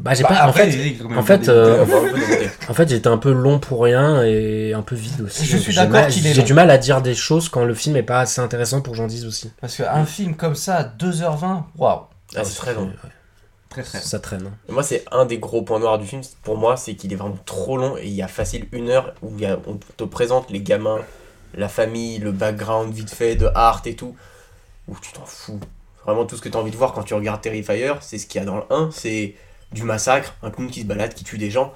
Speaker 7: Bah, j'ai
Speaker 5: Bah,
Speaker 7: pas. En
Speaker 5: après,
Speaker 7: fait,
Speaker 5: il est quand même
Speaker 7: en fait,
Speaker 5: bien
Speaker 7: euh,
Speaker 5: démonté.
Speaker 6: On va un peu démonter.
Speaker 7: en fait, il était un peu long pour rien et un peu vide aussi.
Speaker 5: Je suis
Speaker 7: J'ai
Speaker 5: d'accord
Speaker 7: mal-
Speaker 5: qu'il est
Speaker 7: J'ai
Speaker 5: long.
Speaker 7: du mal à dire des choses quand le film est pas assez intéressant pour que j'en dise aussi.
Speaker 5: Parce qu'un film comme ça, à 2h20, waouh.
Speaker 6: Ah, c'est très long.
Speaker 5: Très
Speaker 7: Ça traîne. hein.
Speaker 6: Moi, c'est un des gros points noirs du film. Pour moi, c'est qu'il est vraiment trop long et il y a facile une heure où il y a- on te présente les gamins, la famille, le background vite fait de art et tout. Où tu t'en fous. Vraiment, tout ce que tu as envie de voir quand tu regardes Terrifier, c'est ce qu'il y a dans le 1. C'est du massacre, un clown qui se balade, qui tue des gens.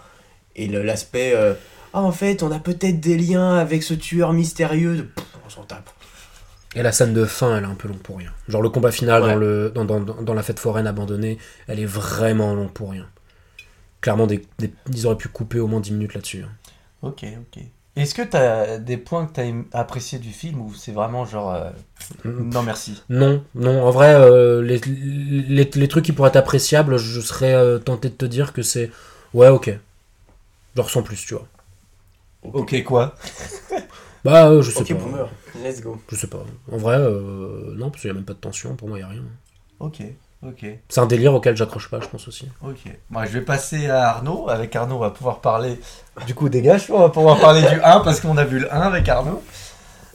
Speaker 6: Et le- l'aspect. euh, ah, en fait, on a peut-être des liens avec ce tueur mystérieux. Pff, on s'en tape.
Speaker 7: Et la scène de fin, elle est un peu longue pour rien. Genre le combat final
Speaker 6: Ouais.
Speaker 7: dans, le, dans, dans, dans- dans la fête foraine abandonnée, elle est vraiment longue pour rien. clairement, des, des- ils auraient pu couper au moins 10 minutes là-dessus. hein.
Speaker 5: Ok, ok. Est-ce que t'as des points que t'as aim- appréciés du film ou c'est vraiment genre euh,
Speaker 7: Mm.
Speaker 5: non merci
Speaker 7: Non, non, en vrai, euh, les, les, les trucs qui pourraient être appréciables, je serais euh, tenté de te dire que c'est. Ouais, ok. Genre sans plus, tu vois.
Speaker 5: Ok quoi
Speaker 7: Bah, euh, je sais
Speaker 6: Ok,
Speaker 7: pas.
Speaker 6: boomer. Let's go.
Speaker 7: Je sais pas. En vrai, euh, non, parce qu'il y a même pas de tension, pour moi, il a rien.
Speaker 5: Ok, ok,
Speaker 7: C'est un délire auquel j'accroche pas, je pense aussi.
Speaker 5: ok. Moi je vais passer à Arnaud. Avec Arnaud on va pouvoir parler du coup dégage, on va pouvoir parler du 1 parce qu'on a vu le 1 avec Arnaud.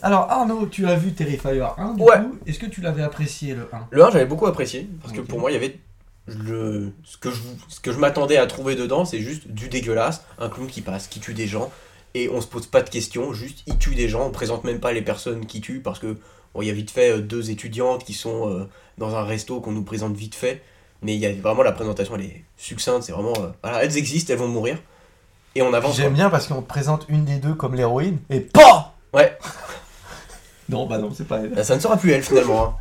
Speaker 5: Alors Arnaud, tu as vu Terrifier 1 du
Speaker 6: Ouais.
Speaker 5: coup Est-ce que tu l'avais apprécié le 1
Speaker 6: Le 1, j'avais beaucoup apprécié, parce que
Speaker 5: Hein. Ok.
Speaker 6: pour moi, il y avait le... ce que je, ce que je m'attendais à trouver dedans, c'est juste du dégueulasse, un clown qui passe, qui tue des gens, et on se pose pas de questions, juste il tue des gens, on présente même pas les personnes qui tuent, parce que bon, il y a vite fait euh, deux étudiantes qui sont euh, dans un resto qu'on nous présente vite fait, mais il y a vraiment la présentation, elle est succincte, c'est vraiment, euh, voilà, elles existent, elles vont mourir, et on avance.
Speaker 5: J'aime bien parce qu'on te présente une des deux comme l'héroïne et PAH
Speaker 6: Ouais.
Speaker 5: Non, bah non, c'est pas elle.
Speaker 6: Bah, ça ne sera plus elle finalement. hein.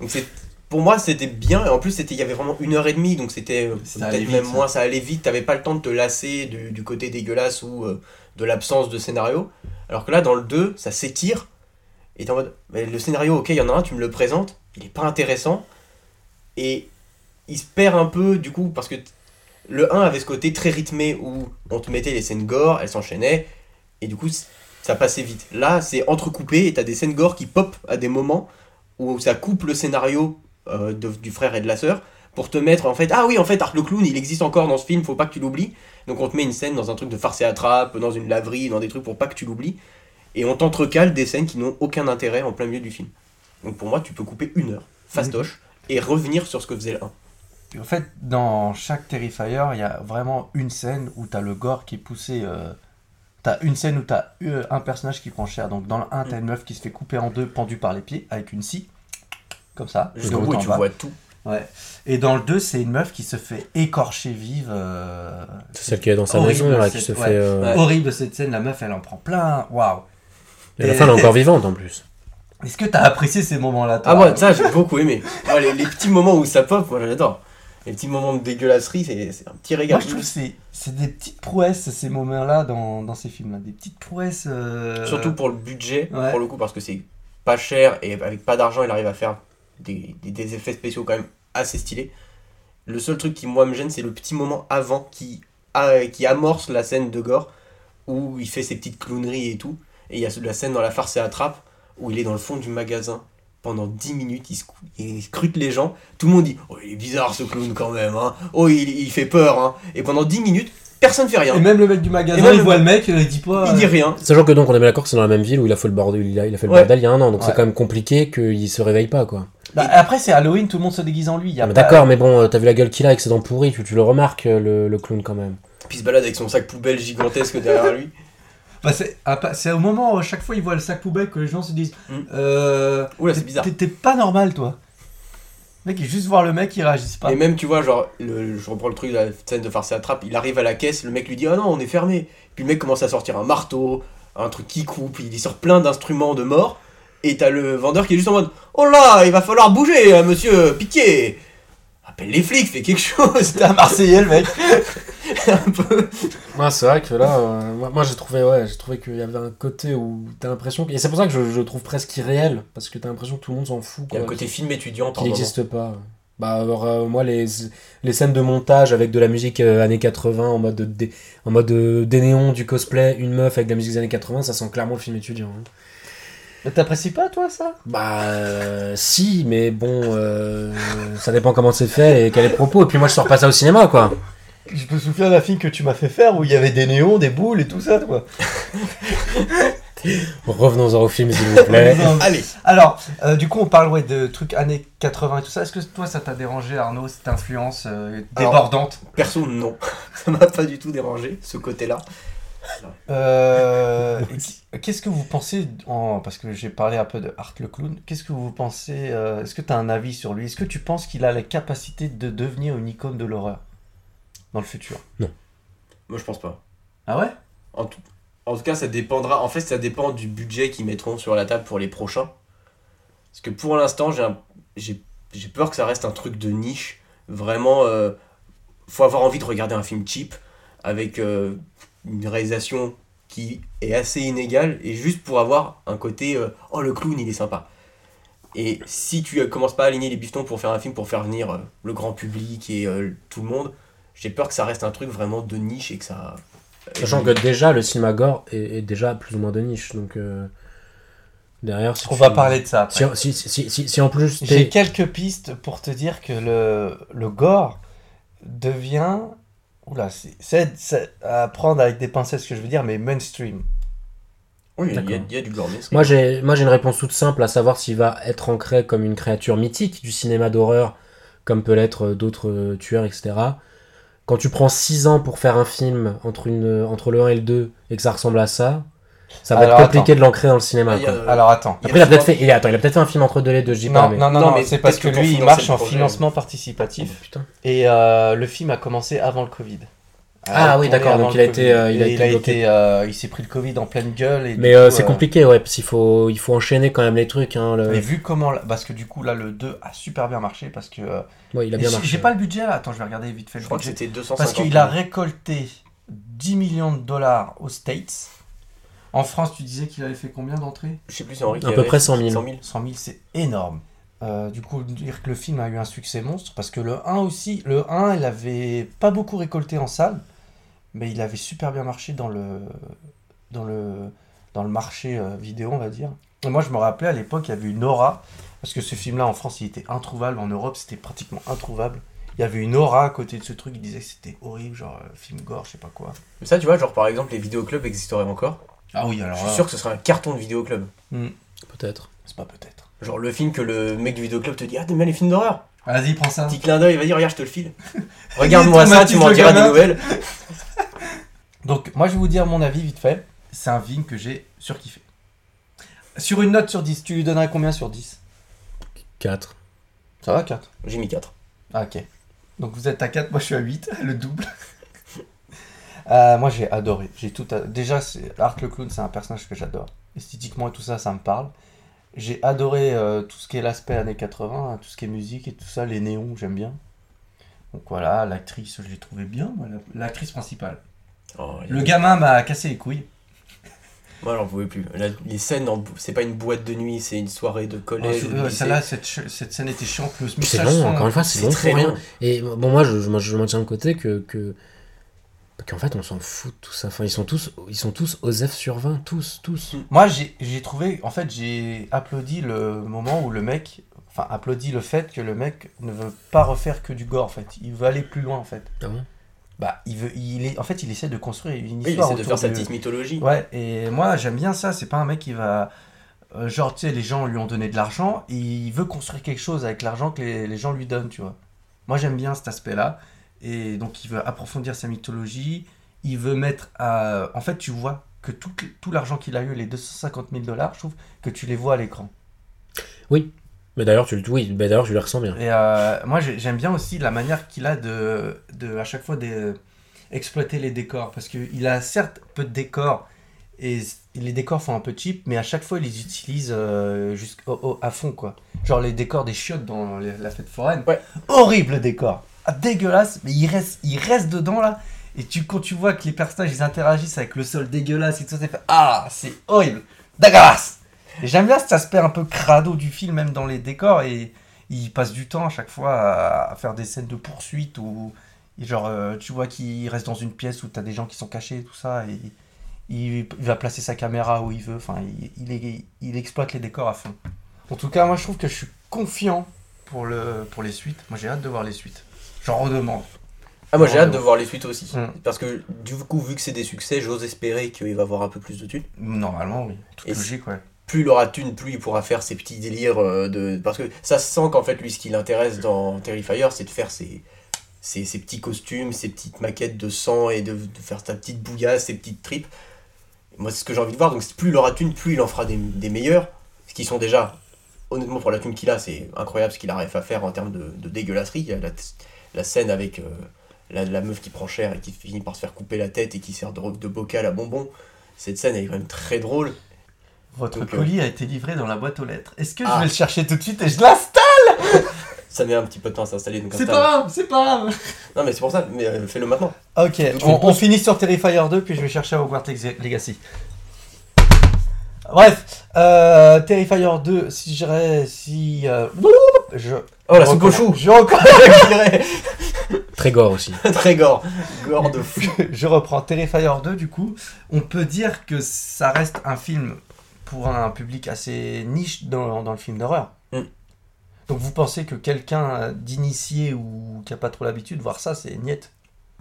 Speaker 6: Donc c'est pour moi c'était bien et en plus c'était il y avait vraiment une heure et demie donc c'était euh,
Speaker 5: Ça allait
Speaker 6: peut-être
Speaker 5: vite,
Speaker 6: même
Speaker 5: ça.
Speaker 6: moins ça allait vite t'avais pas le temps de te lasser du, du côté dégueulasse ou euh, de l'absence de scénario alors que là dans le 2 ça s'étire et t'es en mode mais le scénario ok il y en a un tu me le présentes il est pas intéressant et il se perd un peu du coup parce que t- le 1 avait ce côté très rythmé où on te mettait les scènes gore elles s'enchaînaient et du coup c- ça passait vite là c'est entrecoupé et t'as des scènes gore qui pop à des moments où ça coupe le scénario euh, de- du frère et de la sœur pour te mettre en fait ah oui en fait Art le clown il existe encore dans ce film faut pas que tu l'oublies donc on te met une scène dans un truc de farce et attrape dans une laverie dans des trucs pour pas que tu l'oublies et on t'entrecale des scènes qui n'ont aucun intérêt en plein milieu du film donc pour moi tu peux couper une heure fastoche et revenir sur ce que faisait le 1
Speaker 5: En fait, dans chaque Terrifier, il y a vraiment une scène où t'as le gore qui est poussé. euh, T'as une scène où t'as euh, un personnage qui prend cher. Donc dans le 1, t'as une meuf qui se fait couper en deux, pendue par les pieds, avec une scie. Comme ça. de
Speaker 6: jusqu'au
Speaker 5: haut
Speaker 6: bout et
Speaker 5: en
Speaker 6: tu
Speaker 5: bas.
Speaker 6: vois tout
Speaker 5: Ouais. Et dans le 2, c'est une meuf qui se fait écorcher vive. euh,
Speaker 7: C'est celle qui est dans sa
Speaker 5: horrible,
Speaker 7: maison, là, qui se
Speaker 5: cette-
Speaker 7: fait.
Speaker 5: ouais.
Speaker 7: euh,
Speaker 6: Ouais.
Speaker 5: Horrible cette scène, la meuf elle en prend plein. Waouh.
Speaker 7: Et à la fin, elle est encore vivante en plus.
Speaker 5: Est-ce que t'as apprécié ces moments-là toi
Speaker 6: ah moi ça j'ai beaucoup aimé Moi, les, les petits moments où ça pop moi j'adore les petits moments de dégueulasserie c'est c'est un petit
Speaker 5: Moi,
Speaker 6: régal
Speaker 5: je trouve que c'est, c'est des petites prouesses, ces moments-là, dans, dans ces films-là. Des petites prouesses. euh,
Speaker 6: Surtout pour le budget,
Speaker 5: ouais.
Speaker 6: pour le coup, parce que c'est pas cher et avec pas d'argent, il arrive à faire des, des- des effets spéciaux quand même assez stylés. Le seul truc qui, moi, me gêne, c'est le petit moment avant qui, a- qui amorce la scène de gore où il fait ses petites clowneries et tout. Et il y a la scène dans la farce et attrape où il est dans le fond du magasin pendant 10 minutes, il, se cou- il scrute les gens. Tout le monde dit Oh, il est bizarre ce clown quand même, hein. Oh, il, il fait peur, hein. Et pendant 10 minutes, personne fait rien.
Speaker 5: Et même le mec du magasin,
Speaker 6: Et même
Speaker 5: il
Speaker 6: le-
Speaker 5: voit le mec, il dit pas. euh,
Speaker 6: Il dit rien.
Speaker 7: Sachant que donc on est bien d'accord que c'est dans la même ville où il a fait le bordel, il a, il a fait le
Speaker 6: Ouais.
Speaker 7: bordel il y a un an, donc
Speaker 5: Ouais.
Speaker 7: c'est quand même compliqué qu'il se réveille pas quoi.
Speaker 5: Bah, Après, c'est Halloween, tout le monde se déguise en lui. y a
Speaker 7: Mais
Speaker 5: pas-
Speaker 7: D'accord, mais bon, euh, t'as vu la gueule qu'il a avec ses dents pourries, tu, tu le remarques euh, le, le clown quand même.
Speaker 6: Puis il se balade avec son sac poubelle gigantesque derrière lui.
Speaker 5: Bah, c'est, à pa- c'est au moment où, à chaque fois, il voit le sac poubelle que les gens se disent
Speaker 6: Mm.
Speaker 5: euh,
Speaker 6: Oula, c'est
Speaker 5: t'es-
Speaker 6: bizarre.
Speaker 5: T'es, t'es pas normal, toi. Le mec, il juste voir le mec, il réagisse pas.
Speaker 6: Et même, tu vois, genre, le- je reprends le truc de la scène de farce et attrape, il arrive à la caisse, le mec lui dit Ah non, on est fermé. Puis le mec commence à sortir un marteau, un truc qui coupe, il sort plein d'instruments de mort. Et t'as le vendeur qui est juste en mode Oh là, il va falloir bouger, euh, monsieur, pitié Appelle les flics, fais quelque chose
Speaker 5: [laughs] T'es un Marseillais, le mec.
Speaker 6: un peu.
Speaker 7: Ouais, c'est vrai que là, euh, moi, j'ai trouvé ouais, j'ai trouvé qu'il y avait un côté où t'as l'impression et c'est pour ça que je, trouve presque irréel parce que t'as l'impression que tout le monde s'en fout.
Speaker 6: [laughs] Il y a le côté film étudiant, par
Speaker 7: qui
Speaker 6: moment.
Speaker 7: n'existe pas. Bah, alors, euh, moi, les, les scènes de montage avec de la musique euh, années 80 en mode, de- des, en mode euh, des néons, du cosplay, une meuf avec de la musique des années 80, ça sent clairement le film étudiant. hein.
Speaker 5: Mais T'apprécies pas, toi, ça
Speaker 7: Bah, euh, si, mais bon, euh, ça dépend comment c'est fait et quel est le propos. Et puis moi, je sors pas ça au cinéma, quoi.
Speaker 5: Je me souviens de la film que tu m'as fait faire où il y avait des néons, des boules et tout ça, toi.
Speaker 7: Revenons-en au film, s'il vous
Speaker 5: [laughs]
Speaker 7: plaît.
Speaker 6: [laughs] Allez
Speaker 5: Alors, euh, du coup, on parle ouais, de trucs années 80 et tout ça. Est-ce que toi, ça t'a dérangé, Arnaud, cette influence euh,
Speaker 6: Alors-
Speaker 5: débordante
Speaker 6: Perso, non. [laughs] Ça m'a pas du tout dérangé, ce côté-là.
Speaker 5: Euh, Qu'est-ce que vous pensez, en- parce que j'ai parlé un peu de Art le clown, qu'est-ce que vous pensez, euh, est-ce que tu as un avis sur lui Est-ce que tu penses qu'il a la capacité de devenir une icône de l'horreur dans le futur
Speaker 6: Moi, je pense pas.
Speaker 5: Ah ouais
Speaker 6: En tout, en tout cas, ça dépendra. En fait, ça dépend du budget qu'ils mettront sur la table pour les prochains. Parce que pour l'instant, j'ai un- j'ai j'ai peur que ça reste un truc de niche. Vraiment, euh, faut avoir envie de regarder un film cheap avec euh, une réalisation qui est assez inégale et juste pour avoir un côté euh, oh le clown il est sympa. Et si tu euh, commences pas à aligner les bifetons pour faire un film pour faire venir euh, le grand public et euh, tout le monde, j'ai peur que ça reste un truc vraiment de niche et que ça. euh,
Speaker 7: Sachant que déjà, le cinéma gore est, est déjà plus ou moins de niche. Donc, euh, derrière, si
Speaker 5: On
Speaker 7: tu-
Speaker 5: va parler de ça. après.
Speaker 7: Si, si, si, si, si- si en plus, t'es-
Speaker 5: J'ai quelques pistes pour te dire que le, le gore devient. Oula, c'est- c'est c'est à prendre avec des pincettes ce que je veux dire, mais mainstream.
Speaker 6: Oui, il y, a-
Speaker 7: D'accord.
Speaker 6: il y a du gore. mais c'est-
Speaker 7: moi j'ai moi j'ai une réponse toute simple à savoir s'il va être ancré comme une créature mythique du cinéma d'horreur, comme peut l'être euh, d'autres euh, tueurs, etc. Quand tu prends 6 ans pour faire un film entre, une, euh, entre le 1 et le 2 et que ça ressemble à ça, ça va
Speaker 5: Alors,
Speaker 7: être compliqué de l'ancrer dans le cinéma.
Speaker 6: Il y
Speaker 7: quoi.
Speaker 6: a- euh,
Speaker 5: Alors attends.
Speaker 6: y a
Speaker 7: Après, il a peut-être
Speaker 6: souvent-
Speaker 7: fait, il a- attends, il a peut-être fait un film entre deux les deux, je dis pas.
Speaker 5: Non,
Speaker 7: Mais...
Speaker 5: non, non,
Speaker 6: Non,
Speaker 5: non,
Speaker 6: mais
Speaker 5: c'est
Speaker 6: peut-être
Speaker 5: parce
Speaker 6: que
Speaker 5: que
Speaker 6: pour
Speaker 5: lui, il
Speaker 6: financer
Speaker 5: marche
Speaker 6: le
Speaker 5: en
Speaker 6: projet.
Speaker 5: financement
Speaker 7: Oh,
Speaker 5: participatif.
Speaker 7: putain.
Speaker 5: Et euh, le film a commencé avant le Covid.
Speaker 7: Ah
Speaker 5: A
Speaker 7: oui,
Speaker 5: tourné
Speaker 7: d'accord,
Speaker 5: avant
Speaker 7: donc
Speaker 5: le
Speaker 7: il a
Speaker 5: Covid.
Speaker 7: été, euh, il a
Speaker 5: Et
Speaker 7: été bloqué.
Speaker 5: euh, il s'est pris le Covid en pleine gueule. Et
Speaker 7: Mais
Speaker 5: du
Speaker 7: euh,
Speaker 5: coup,
Speaker 7: c'est
Speaker 5: euh,
Speaker 7: compliqué, ouais, parce qu'il faut, il faut enchaîner quand même les trucs. Hein, le-
Speaker 5: Mais vu comment. là- Parce que du coup, là, le 2 a super bien marché. Parce que. euh,
Speaker 7: Ouais, il a
Speaker 5: et
Speaker 7: bien
Speaker 5: j'ai-
Speaker 7: marché.
Speaker 5: J'ai pas le budget là. Attends, je vais regarder vite fait
Speaker 6: Je
Speaker 5: le
Speaker 6: crois que
Speaker 5: budget.
Speaker 6: c'était 250.
Speaker 5: Parce qu'il a
Speaker 6: millions.
Speaker 5: récolté 10 millions de dollars aux States. En France, tu disais qu'il avait fait combien d'entrées
Speaker 6: Je sais plus, c'est Henri qui
Speaker 7: à peu
Speaker 6: avait-
Speaker 7: près 100 000.
Speaker 6: 100 000.
Speaker 5: 100 000, c'est énorme. Euh, du coup, dire que le film a eu un succès monstre, parce que le 1 aussi, le 1, il avait pas beaucoup récolté en salle, mais il avait super bien marché dans le, dans le, dans le marché euh, vidéo, on va dire. Et moi, je me rappelais à l'époque, il y avait une aura, parce que ce film-là en France, il était introuvable, en Europe, c'était pratiquement introuvable. Il y avait une aura à côté de ce truc, il disait que c'était horrible, genre euh, film gore, je sais pas quoi.
Speaker 6: Mais ça, tu vois, genre par exemple, les vidéoclubs existeraient encore.
Speaker 5: Ah oui, alors
Speaker 6: Je suis sûr que ce serait un carton de vidéoclub.
Speaker 7: Peut-être.
Speaker 5: c'est pas peut-être.
Speaker 6: Genre le film que le mec du vidéoclub te dit Ah, t'aimes bien les films d'horreur
Speaker 5: Vas-y, prends ça.
Speaker 6: Petit clin d'œil, vas-y, regarde, je te le file. Regarde-moi ça,
Speaker 5: traumatise
Speaker 6: tu m'en
Speaker 5: le
Speaker 6: diras des
Speaker 5: gamin.
Speaker 6: nouvelles.
Speaker 5: [laughs] Donc, moi, je vais vous dire mon avis vite fait. C'est un film que j'ai surkiffé. Sur une note sur 10, tu lui donnerais combien sur 10
Speaker 7: 4.
Speaker 5: Ça va, 4
Speaker 6: J'ai mis 4.
Speaker 5: Ah, ok. Donc, vous êtes à 4, moi, je suis à 8, [laughs] le double. Euh, moi, j'ai adoré. J'ai tout a- Déjà, c'est- Art le Clown, c'est un personnage que j'adore. Esthétiquement et tout ça, ça me parle. J'ai adoré euh, tout ce qui est l'aspect années 80, hein, tout ce qui est musique et tout ça, les néons, j'aime bien. Donc voilà, l'actrice, je l'ai trouvée bien, moi, la- l'actrice principale.
Speaker 6: Oh,
Speaker 5: Le gamin m'a cassé les couilles.
Speaker 6: Moi, j'en pouvais plus. La- les scènes, en- c'est pas une boîte de nuit, c'est une soirée de
Speaker 5: Ouais, Oh,
Speaker 6: collège.
Speaker 5: c'est-
Speaker 6: ou de
Speaker 5: ouais,
Speaker 6: lycée.
Speaker 5: celle-là, cette, ch- cette scène était chiante. Le
Speaker 7: C'est
Speaker 5: message
Speaker 7: long,
Speaker 5: son-
Speaker 7: encore une fois, c'est
Speaker 6: c'est
Speaker 7: long
Speaker 6: très
Speaker 7: pour rien.
Speaker 6: long.
Speaker 7: Et bon, moi, je, je, moi, je maintiens de côté que. que qu'en fait, on s'en fout de tout ça. Enfin, ils sont tous, ils sont tous OSEF sur 20, tous, tous.
Speaker 6: Mm.
Speaker 5: Moi, j'ai j'ai trouvé. En fait, j'ai applaudi le moment où le mec. Enfin, applaudi le fait que le mec ne veut pas refaire que du gore, en fait. Il veut aller plus loin, en fait.
Speaker 7: Ah bon
Speaker 5: Bah, il veut. Il est, en fait, il essaie de construire une
Speaker 6: Oui, il
Speaker 5: histoire.
Speaker 6: essaie de
Speaker 5: autour
Speaker 6: faire sa
Speaker 5: de-
Speaker 6: petite mythologie.
Speaker 5: Ouais, et moi, j'aime bien ça. C'est pas un mec qui va. euh, genre, tu sais, les gens lui ont donné de l'argent. Et il veut construire quelque chose avec l'argent que les, les gens lui donnent, tu vois. Moi, j'aime bien cet aspect-là. Et donc, il veut approfondir sa mythologie. Il veut mettre à. En fait, tu vois que tout, tout l'argent qu'il a eu, les 250 000 dollars, je trouve que tu les vois à l'écran.
Speaker 7: Mais d'ailleurs, tu le, oui, mais d'ailleurs, je le ressens bien.
Speaker 5: Et euh, moi, j'ai- j'aime bien aussi la manière qu'il a de, de à chaque fois de- exploiter les décors. Parce qu'il a certes peu de décors, et s- les décors font un peu cheap, mais à chaque fois, il les utilise euh, jusqu'à fond, quoi. Genre les décors des chiottes dans les- la fête foraine.
Speaker 6: Ouais.
Speaker 5: Horrible décor Ah, Dégueulasse, mais il reste, il reste dedans, là. Et tu, quand tu vois que les personnages, ils interagissent avec le sol dégueulasse et tout ça, t'es fait « Ah, c'est horrible Dégueulasse !» Et j'aime bien cet aspect un peu crado du film, même dans les décors, et il passe du temps à chaque fois à, à faire des scènes de poursuite ou genre euh, tu vois qu'il reste dans une pièce où t'as des gens qui sont cachés et tout ça et il, il va placer sa caméra où il veut enfin il, il, est- il exploite les décors à fond en tout cas moi je trouve que je suis confiant pour le pour les suites moi j'ai hâte de voir les suites j'en redemande
Speaker 6: Ah, moi, j'ai hâte de voir les suites aussi.
Speaker 5: Mm.
Speaker 6: Parce que, du coup, vu que c'est des succès, j'ose espérer qu'il va avoir un peu plus de thunes.
Speaker 5: normalement oui tout
Speaker 6: Et
Speaker 5: logique ouais
Speaker 6: plus il aura de thunes, plus il pourra faire ses petits délires euh, de. Parce que ça se sent qu'en fait, lui, ce qui l'intéresse dans Terrifier, c'est de faire ses... ses- ses petits costumes, ses petites maquettes de sang et de, de faire sa petite bouillasse, ses petites tripes. Moi, c'est ce que j'ai envie de voir. Donc, plus il aura de thunes, plus il en fera des, des meilleurs. Ce qui sont déjà, honnêtement, pour la thune qu'il a, c'est incroyable ce qu'il arrive à faire en termes de, de dégueulasserie. Il y a La, la scène avec. euh, La, la meuf qui prend cher et qui finit par se faire couper la tête et qui sert de, de bocal à bonbons. Cette scène elle est quand même très drôle.
Speaker 5: votre
Speaker 6: Donc, euh,
Speaker 5: colis a été livré dans la boîte aux lettres est-ce que
Speaker 6: Ah.
Speaker 5: je vais le chercher tout de suite et je l'installe
Speaker 6: Ça met un petit peu de temps à s'installer. donc
Speaker 5: C'est pas
Speaker 6: installe-
Speaker 5: grave, c'est pas grave.
Speaker 6: Non, mais c'est pour ça, mais euh, fais-le maintenant. [laughs]
Speaker 5: Ok,
Speaker 6: Donc,
Speaker 5: on,
Speaker 6: on
Speaker 5: on finit sur Terrifier 2, puis je vais chercher à Hogwarts Lex- Legacy. Bref, euh, Terrifier 2, si j'irais, si... euh, je,
Speaker 6: Oh, la
Speaker 5: je
Speaker 6: soupe au
Speaker 5: recommande-
Speaker 6: chou
Speaker 5: je, recommande- je dirais-
Speaker 9: Très gore
Speaker 6: [laughs]
Speaker 9: aussi.
Speaker 6: Très gore. Gore de
Speaker 5: [laughs]
Speaker 6: fou.
Speaker 5: je reprends Terrifier 2 du coup. On peut dire que ça reste un film pour un public assez niche dans, dans le film d'horreur.
Speaker 6: Mm.
Speaker 5: Donc vous pensez que quelqu'un d'initié ou qui a pas trop l'habitude de voir ça, c'est niette.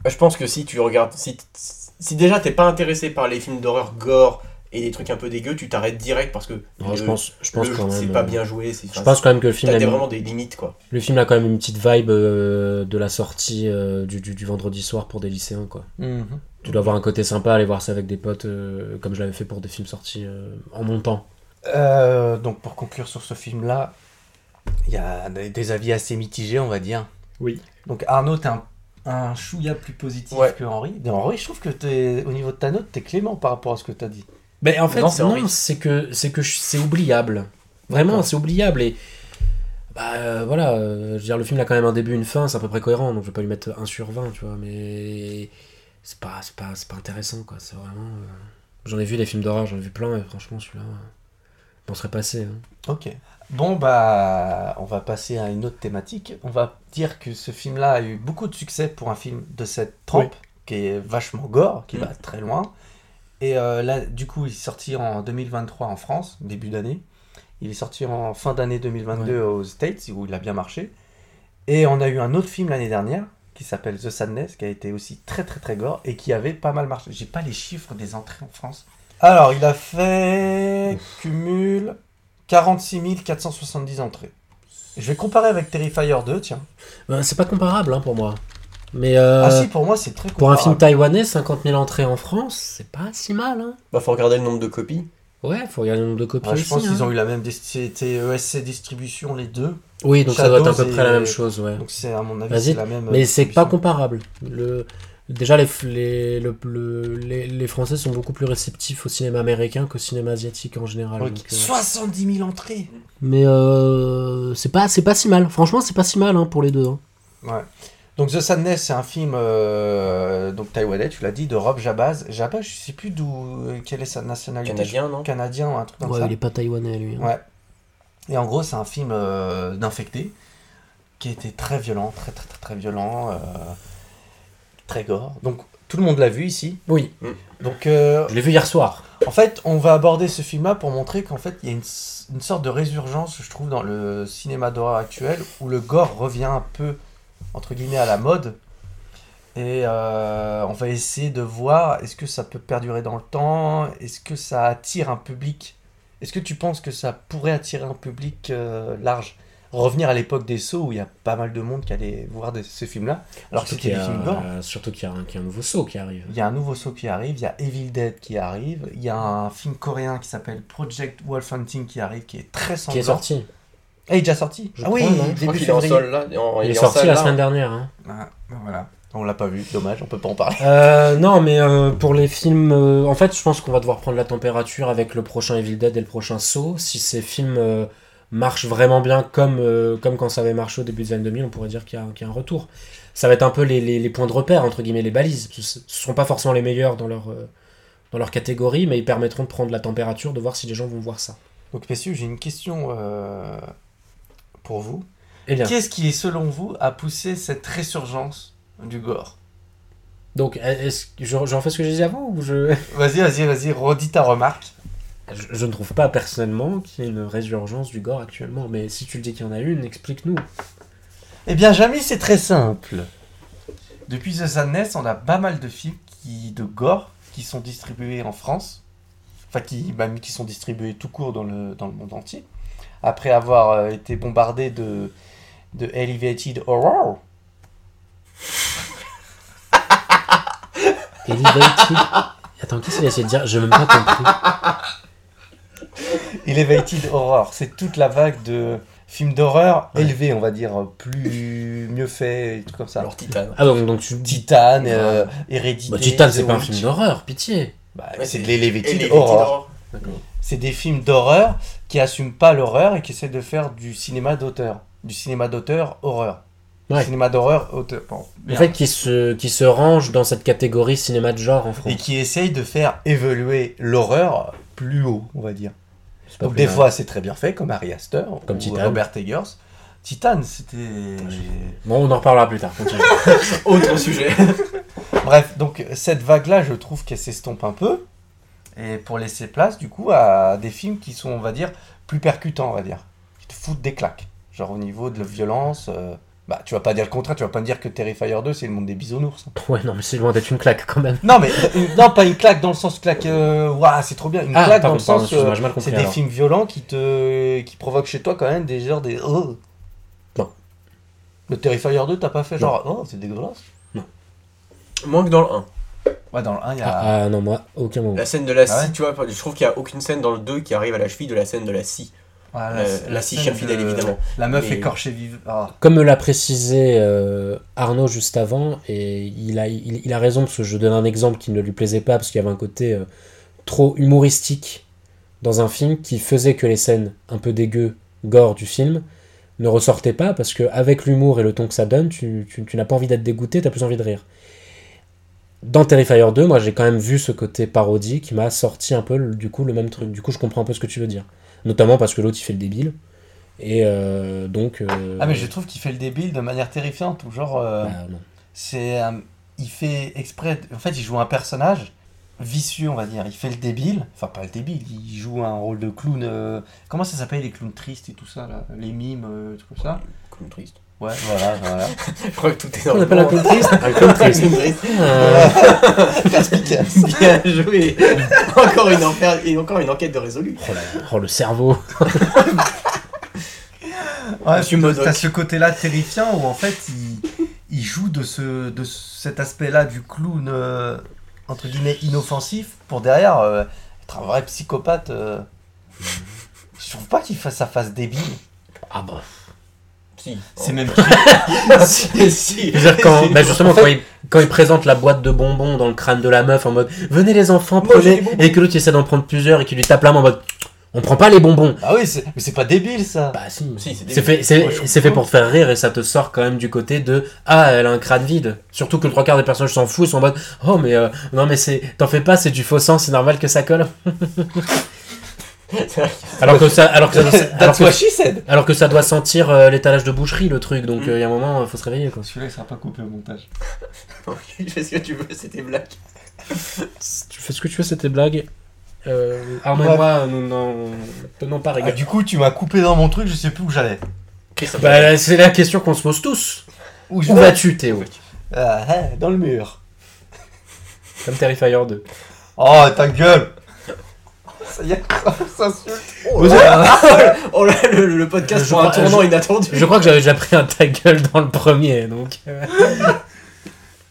Speaker 6: Bah, Je pense que si tu regardes, si, si déjà t'es pas intéressé par les films d'horreur gore et des trucs un peu dégueux, tu t'arrêtes direct parce que
Speaker 9: Non,
Speaker 6: le-
Speaker 9: je pense, je pense
Speaker 6: le-
Speaker 9: quand même.
Speaker 6: c'est pas
Speaker 9: euh,
Speaker 6: bien joué. c'est-
Speaker 9: Je pense quand même que le film,
Speaker 6: T'as
Speaker 9: a
Speaker 6: des-
Speaker 9: une-
Speaker 6: vraiment des limites quoi.
Speaker 9: le film a quand même une petite vibe euh, de la sortie euh, du, du- du vendredi soir pour des lycéens. quoi.
Speaker 6: Mm-hmm.
Speaker 9: Tu dois avoir un côté sympa, aller voir ça avec des potes, euh, comme je l'avais fait pour des films sortis euh, en montant.
Speaker 5: Euh, donc pour conclure sur ce film-là, il y a des des avis assez mitigés, on va dire.
Speaker 9: Oui.
Speaker 5: Donc Arnaud, t'es un, un chouïa plus positif
Speaker 6: Ouais.
Speaker 5: que Henri. Mais Henri, je trouve que t'es, au niveau de ta note, t'es clément par rapport à ce que t'as dit.
Speaker 9: Mais Ben, en fait,
Speaker 6: Non, c'est
Speaker 9: non,
Speaker 6: horrible.
Speaker 9: c'est que c'est que je- c'est oubliable. Vraiment,
Speaker 5: D'accord.
Speaker 9: c'est oubliable et bah euh, voilà, euh, je veux dire le film a quand même un début, une fin, c'est à peu près cohérent, donc je vais pas lui mettre 1 sur 20, tu vois, mais c'est pas c'est pas c'est pas intéressant quoi, c'est vraiment euh, j'en ai vu des films d'horreur, j'en ai vu plein et franchement celui-là euh, on serait passé hein.
Speaker 5: Ok. Bon, bah, on va passer à une autre thématique. On va dire que ce film-là a eu beaucoup de succès pour un film de cette trempe, qui est vachement gore, qui
Speaker 6: Mm.
Speaker 5: va très loin. Et euh, là, du coup, il est sorti en 2023 en France, début d'année. Il est sorti en fin d'année 2022 aux States, où il a bien marché. Et on a eu un autre film l'année dernière, qui s'appelle The Sadness, qui a été aussi très très très gore, et qui avait pas mal marché. J'ai pas les chiffres des entrées en France. Alors, il a fait... cumul... 46 470 entrées. Je vais comparer avec Terrifier 2, tiens.
Speaker 9: Ben, c'est pas comparable hein, pour moi. Mais euh,
Speaker 5: ah si, pour moi, c'est très
Speaker 9: pour un film
Speaker 5: comparable.
Speaker 9: taïwanais, 50 000 entrées en France, c'est pas si mal hein.
Speaker 6: Bah faut regarder le nombre de copies.
Speaker 9: Ouais, faut regarder le nombre de copies
Speaker 5: Ouais, Ah, je
Speaker 9: aussi,
Speaker 5: pense
Speaker 9: hein.
Speaker 5: qu'ils ont eu la même... dis- C'était ESC Distribution, les deux.
Speaker 9: Oui, donc ça doit être à peu
Speaker 5: Shadows
Speaker 9: près la
Speaker 5: et-
Speaker 9: même chose, ouais.
Speaker 5: Donc c'est, à mon avis,
Speaker 9: Vas-y,
Speaker 5: c'est la même... euh,
Speaker 9: Mais c'est pas
Speaker 5: distribution.
Speaker 9: comparable. Le... Déjà, les, f- les, le- le- les, les Français sont beaucoup plus réceptifs au cinéma américain qu'au cinéma asiatique en général.
Speaker 5: Ok.
Speaker 9: donc, euh,
Speaker 5: 70 000 entrées
Speaker 9: Mais euh, c'est pas, c'est pas si mal. Franchement, c'est pas si mal hein, pour les deux. hein.
Speaker 5: Ouais. Donc The Sadness, c'est un film euh, donc taïwanais, tu l'as dit, de Rob Jabaz. Jabaz, je sais plus d'où... euh, Quelle est sa nationalité
Speaker 6: Canadien non
Speaker 5: Canadien ou un truc comme
Speaker 9: Ouais,
Speaker 5: ça.
Speaker 9: il est pas taïwanais, lui. hein.
Speaker 5: Ouais. Et en gros, c'est un film euh, d'infecté qui était très violent, très très très, très violent, euh, très gore. Donc tout le monde l'a vu ici.
Speaker 9: Oui,
Speaker 5: Donc euh,
Speaker 9: je l'ai vu hier soir.
Speaker 5: en fait, on va aborder ce film-là pour montrer qu'en fait, il y a une, s- une sorte de résurgence, je trouve, dans le cinéma d'horreur actuel où le gore revient un peu entre guillemets à la mode. Et euh, on va essayer de voir est-ce que ça peut perdurer dans le temps, est-ce que ça attire un public, est-ce que tu penses que ça pourrait attirer un public euh, large, revenir à l'époque des sauts où il y a pas mal de monde qui allait voir des- ce film-là, alors que
Speaker 9: Surtout qu'il
Speaker 5: c'était
Speaker 9: y
Speaker 5: des films gore.
Speaker 9: a, euh, surtout qu'il y, a un- qu'il y a un nouveau saut qui arrive.
Speaker 5: Il y a un nouveau saut qui arrive, il y a Evil Dead qui arrive, il y a un film coréen qui s'appelle Project Wolf Hunting qui arrive, qui est très sanglant.
Speaker 9: Qui est sorti.
Speaker 5: Ah, il est déjà sorti
Speaker 9: Je
Speaker 5: Ah
Speaker 9: crois,
Speaker 5: oui,
Speaker 9: non
Speaker 6: Je crois
Speaker 5: début
Speaker 6: qu'il est en
Speaker 5: février.
Speaker 6: sol là. en-
Speaker 9: Il, est
Speaker 6: en
Speaker 9: sorti
Speaker 6: salle,
Speaker 9: la
Speaker 6: là.
Speaker 9: semaine dernière. hein.
Speaker 5: Ah, ben voilà. On l'a pas vu, dommage, on peut pas en parler.
Speaker 9: Euh, non, mais euh, pour les films, euh, en fait, je pense qu'on va devoir prendre la température avec le prochain Evil Dead et le prochain Saw. Si ces films euh, marchent vraiment bien, comme, euh, comme quand ça avait marché au début des années 2000, on pourrait dire qu'il y, a- qu'il y a un retour. Ça va être un peu les, les- les points de repère, entre guillemets, les balises. Ce ne seront pas forcément les meilleurs dans leur, euh, dans leur catégorie, mais ils permettront de prendre la température, de voir si les gens vont voir ça.
Speaker 5: Donc, messieurs, j'ai une question euh, pour vous.
Speaker 9: Eh bien,
Speaker 5: Qu'est-ce qui, selon vous, a poussé cette résurgence du gore
Speaker 9: donc, est-ce que je, je refais ce que j'ai dit avant ou je...
Speaker 5: Vas-y, vas-y, vas-y, redis ta remarque.
Speaker 9: Je, je ne trouve pas personnellement qu'il y ait une résurgence du gore actuellement, mais si tu dis qu'il y en a une, explique-nous.
Speaker 5: Eh bien, Jamy, c'est très simple. Depuis The Sadness, on a pas mal de films qui, de gore qui sont distribués en France. Enfin, qui, même qui sont distribués tout court dans le, dans le monde entier. Après avoir euh, été bombardés de, de Elevated Horror.
Speaker 9: Elevated. [laughs] Attends, qu'est-ce qu'il a essayé de dire J'ai même pas compris.
Speaker 5: Elevated Horror, c'est toute la vague de films d'horreur
Speaker 9: Ouais.
Speaker 5: élevés, on va dire, plus mieux faits, et tout comme ça.
Speaker 6: Alors Titan.
Speaker 9: Ah donc, donc tu dis.
Speaker 5: Titan, euh, Hérédité.
Speaker 9: Bah, Titan, c'est
Speaker 5: The
Speaker 9: pas un
Speaker 5: Witch.
Speaker 9: film d'horreur, pitié.
Speaker 5: Bah,
Speaker 6: Ouais,
Speaker 5: c'est de
Speaker 6: Et les
Speaker 5: l'Elevated Horror.
Speaker 6: Horror.
Speaker 5: C'est des films d'horreur qui assument pas l'horreur et qui essaient de faire du cinéma d'auteur. du cinéma d'auteur horreur.
Speaker 7: Ouais.
Speaker 5: Cinéma d'horreur auteur. pardon.
Speaker 7: En fait, qui se, qui se range dans cette catégorie cinéma de genre en France.
Speaker 5: et qui essaye de faire évoluer l'horreur plus haut, on va dire.
Speaker 7: C'est pas
Speaker 5: Donc
Speaker 7: plus
Speaker 5: des
Speaker 7: mal.
Speaker 5: fois c'est très bien fait, comme Ari Aster,
Speaker 7: Comme
Speaker 5: ou
Speaker 7: Titan.
Speaker 5: Robert Eggers. Titan, c'était...
Speaker 7: Bon, on en reparlera plus tard. continue.
Speaker 6: [laughs]
Speaker 7: [laughs]
Speaker 6: Autre
Speaker 9: [laughs]
Speaker 6: sujet.
Speaker 5: Bref, donc cette vague-là, je trouve qu'elle s'estompe un peu, et pour laisser place, du coup, à des films qui sont, on va dire, plus percutants, on va dire, qui te foutent des claques. Genre au niveau de la violence, euh, bah tu vas pas dire le contraire, tu vas pas me dire que Terrifier 2, c'est le monde des bisounours.
Speaker 7: ouais, non, mais c'est loin d'être une claque quand même.
Speaker 5: Non, mais une- non, pas une claque dans le sens claque, euh, Ouah, c'est trop bien, une
Speaker 7: Ah,
Speaker 5: claque dans
Speaker 7: pardon,
Speaker 5: le
Speaker 7: pardon,
Speaker 5: sens... euh,
Speaker 7: excuse-moi, j'ai mal compris.
Speaker 5: C'est des
Speaker 7: alors.
Speaker 5: films violents qui te qui provoquent chez toi quand même des genres des oh.
Speaker 7: Non.
Speaker 5: Le Terrifier 2, t'as pas fait genre oh, c'est dégueulasse.
Speaker 6: Manque dans le 1.
Speaker 5: Ouais, dans le 1, il y a
Speaker 7: Ah, ah, non, moi, aucun moment.
Speaker 6: La scène de la scie,
Speaker 5: Ah ouais
Speaker 6: tu vois, je trouve qu'il n'y a aucune scène dans le 2 qui arrive à la cheville de la scène de la scie.
Speaker 5: Ouais,
Speaker 6: La, Euh, la, scie
Speaker 5: Ah,
Speaker 6: chien
Speaker 5: scène de-
Speaker 6: fidèle, évidemment.
Speaker 5: La meuf
Speaker 6: Mais-
Speaker 5: écorchée vive. Ah.
Speaker 7: Comme l'a précisé euh, Arnaud juste avant, et il a, il, il a raison, parce que je donne un exemple qui ne lui plaisait pas, parce qu'il y avait un côté euh, trop humoristique dans un film qui faisait que les scènes un peu dégueu, gore du film, ne ressortaient pas, parce qu'avec l'humour et le ton que ça donne, tu, tu- tu n'as pas envie d'être dégoûté, tu as plus envie de rire. Dans Terrifier 2, moi j'ai quand même vu ce côté parodie qui m'a sorti un peu le- du coup le même truc. Du coup, je comprends un peu ce que tu veux dire. Notamment parce que l'autre il fait le débile. Et euh, donc. euh,
Speaker 5: Ah, mais je trouve qu'il fait le débile de manière terrifiante ou genre euh,
Speaker 7: bah, non.
Speaker 5: c'est euh, il fait exprès de- en fait il joue un personnage vicieux on va dire il fait le débile enfin pas le débile il joue un rôle de clown euh, comment ça s'appelle les clowns tristes et tout ça là les mimes euh, tout comme ça
Speaker 6: Clown triste.
Speaker 5: ouais voilà voilà
Speaker 6: Je crois que tout est dans
Speaker 7: On
Speaker 6: le
Speaker 7: appelle un
Speaker 6: nom.
Speaker 7: clown
Speaker 6: [laughs]
Speaker 7: triste Un clown triste.
Speaker 6: Clown triste.
Speaker 7: Euh,
Speaker 6: Bien joué. encore, une enfer- et encore une enquête de résolu.
Speaker 7: oh, là là, oh, le cerveau.
Speaker 5: Ouais,
Speaker 6: Monsieur
Speaker 5: t'as-
Speaker 6: Modoc.
Speaker 5: Euh, T'as ce côté-là terrifiant où en fait il, il joue de, ce, de cet aspect-là du clown euh, entre guillemets inoffensif pour derrière euh, être un vrai psychopathe. euh. Je trouve pas qu'il fasse ça fasse débile. Oh.
Speaker 7: Ah bah.
Speaker 6: Si. Oh.
Speaker 5: C'est même
Speaker 6: [laughs] si, si.
Speaker 7: dire quand,
Speaker 6: [laughs] Si.
Speaker 7: bah justement, quand, il, quand il présente la boîte de bonbons dans le crâne de la meuf en mode Venez les enfants,
Speaker 6: Moi, j'ai
Speaker 7: prenez.
Speaker 6: des bonbons.
Speaker 7: Et que l'autre il essaie d'en prendre plusieurs et qu'il lui tape la main en mode On prend pas les bonbons.
Speaker 5: Ah oui, c'est- mais c'est pas débile ça.
Speaker 7: Bah si.
Speaker 6: Si, c'est
Speaker 7: C'est fait, c'est,
Speaker 5: Ouais, je
Speaker 7: c'est fait
Speaker 5: comprends.
Speaker 7: pour te faire rire et ça te sort quand même du côté de Ah, elle a un crâne vide. Surtout que le trois quarts des personnages s'en foutent, ils sont en mode Oh, mais euh, non, mais c'est, t'en fais pas, c'est du faux sang, c'est normal que ça colle.
Speaker 6: C'est vrai [laughs]
Speaker 7: Alors que ça,
Speaker 5: Bah, [laughs]
Speaker 7: alors que [laughs] ça, alors
Speaker 5: That's
Speaker 7: que
Speaker 5: what she said.
Speaker 7: Alors que ça doit sentir euh, l'étalage de boucherie, le truc, donc il y a un moment, euh, faut se réveiller, quoi.
Speaker 5: Celui-là il sera pas coupé au montage.
Speaker 6: que- Je fais ce que tu veux, c'était blague.
Speaker 7: Tu fais ce que tu veux, c'était blague. Euh, Arnaud
Speaker 5: Ouais.
Speaker 7: et moi, nous n'en tenons pas rigueur.
Speaker 5: Ah, du coup, tu m'as coupé dans mon truc, je sais plus où j'allais.
Speaker 6: Christophe,
Speaker 7: Bah, là, c'est la question qu'on se pose tous.
Speaker 5: Où je
Speaker 7: Où
Speaker 5: vais
Speaker 7: vas-tu, Théo
Speaker 5: Ah, hein, Dans le mur.
Speaker 7: Comme Terrifier 2.
Speaker 5: Oh, ta gueule. Ça y est, ça s'insulte.
Speaker 6: oh, là, oh là- oh là, le, le podcast
Speaker 7: Je
Speaker 6: prend un
Speaker 7: crois-
Speaker 6: tournant inattendu.
Speaker 7: Je crois que j'avais déjà pris un ta gueule dans le premier, donc. euh,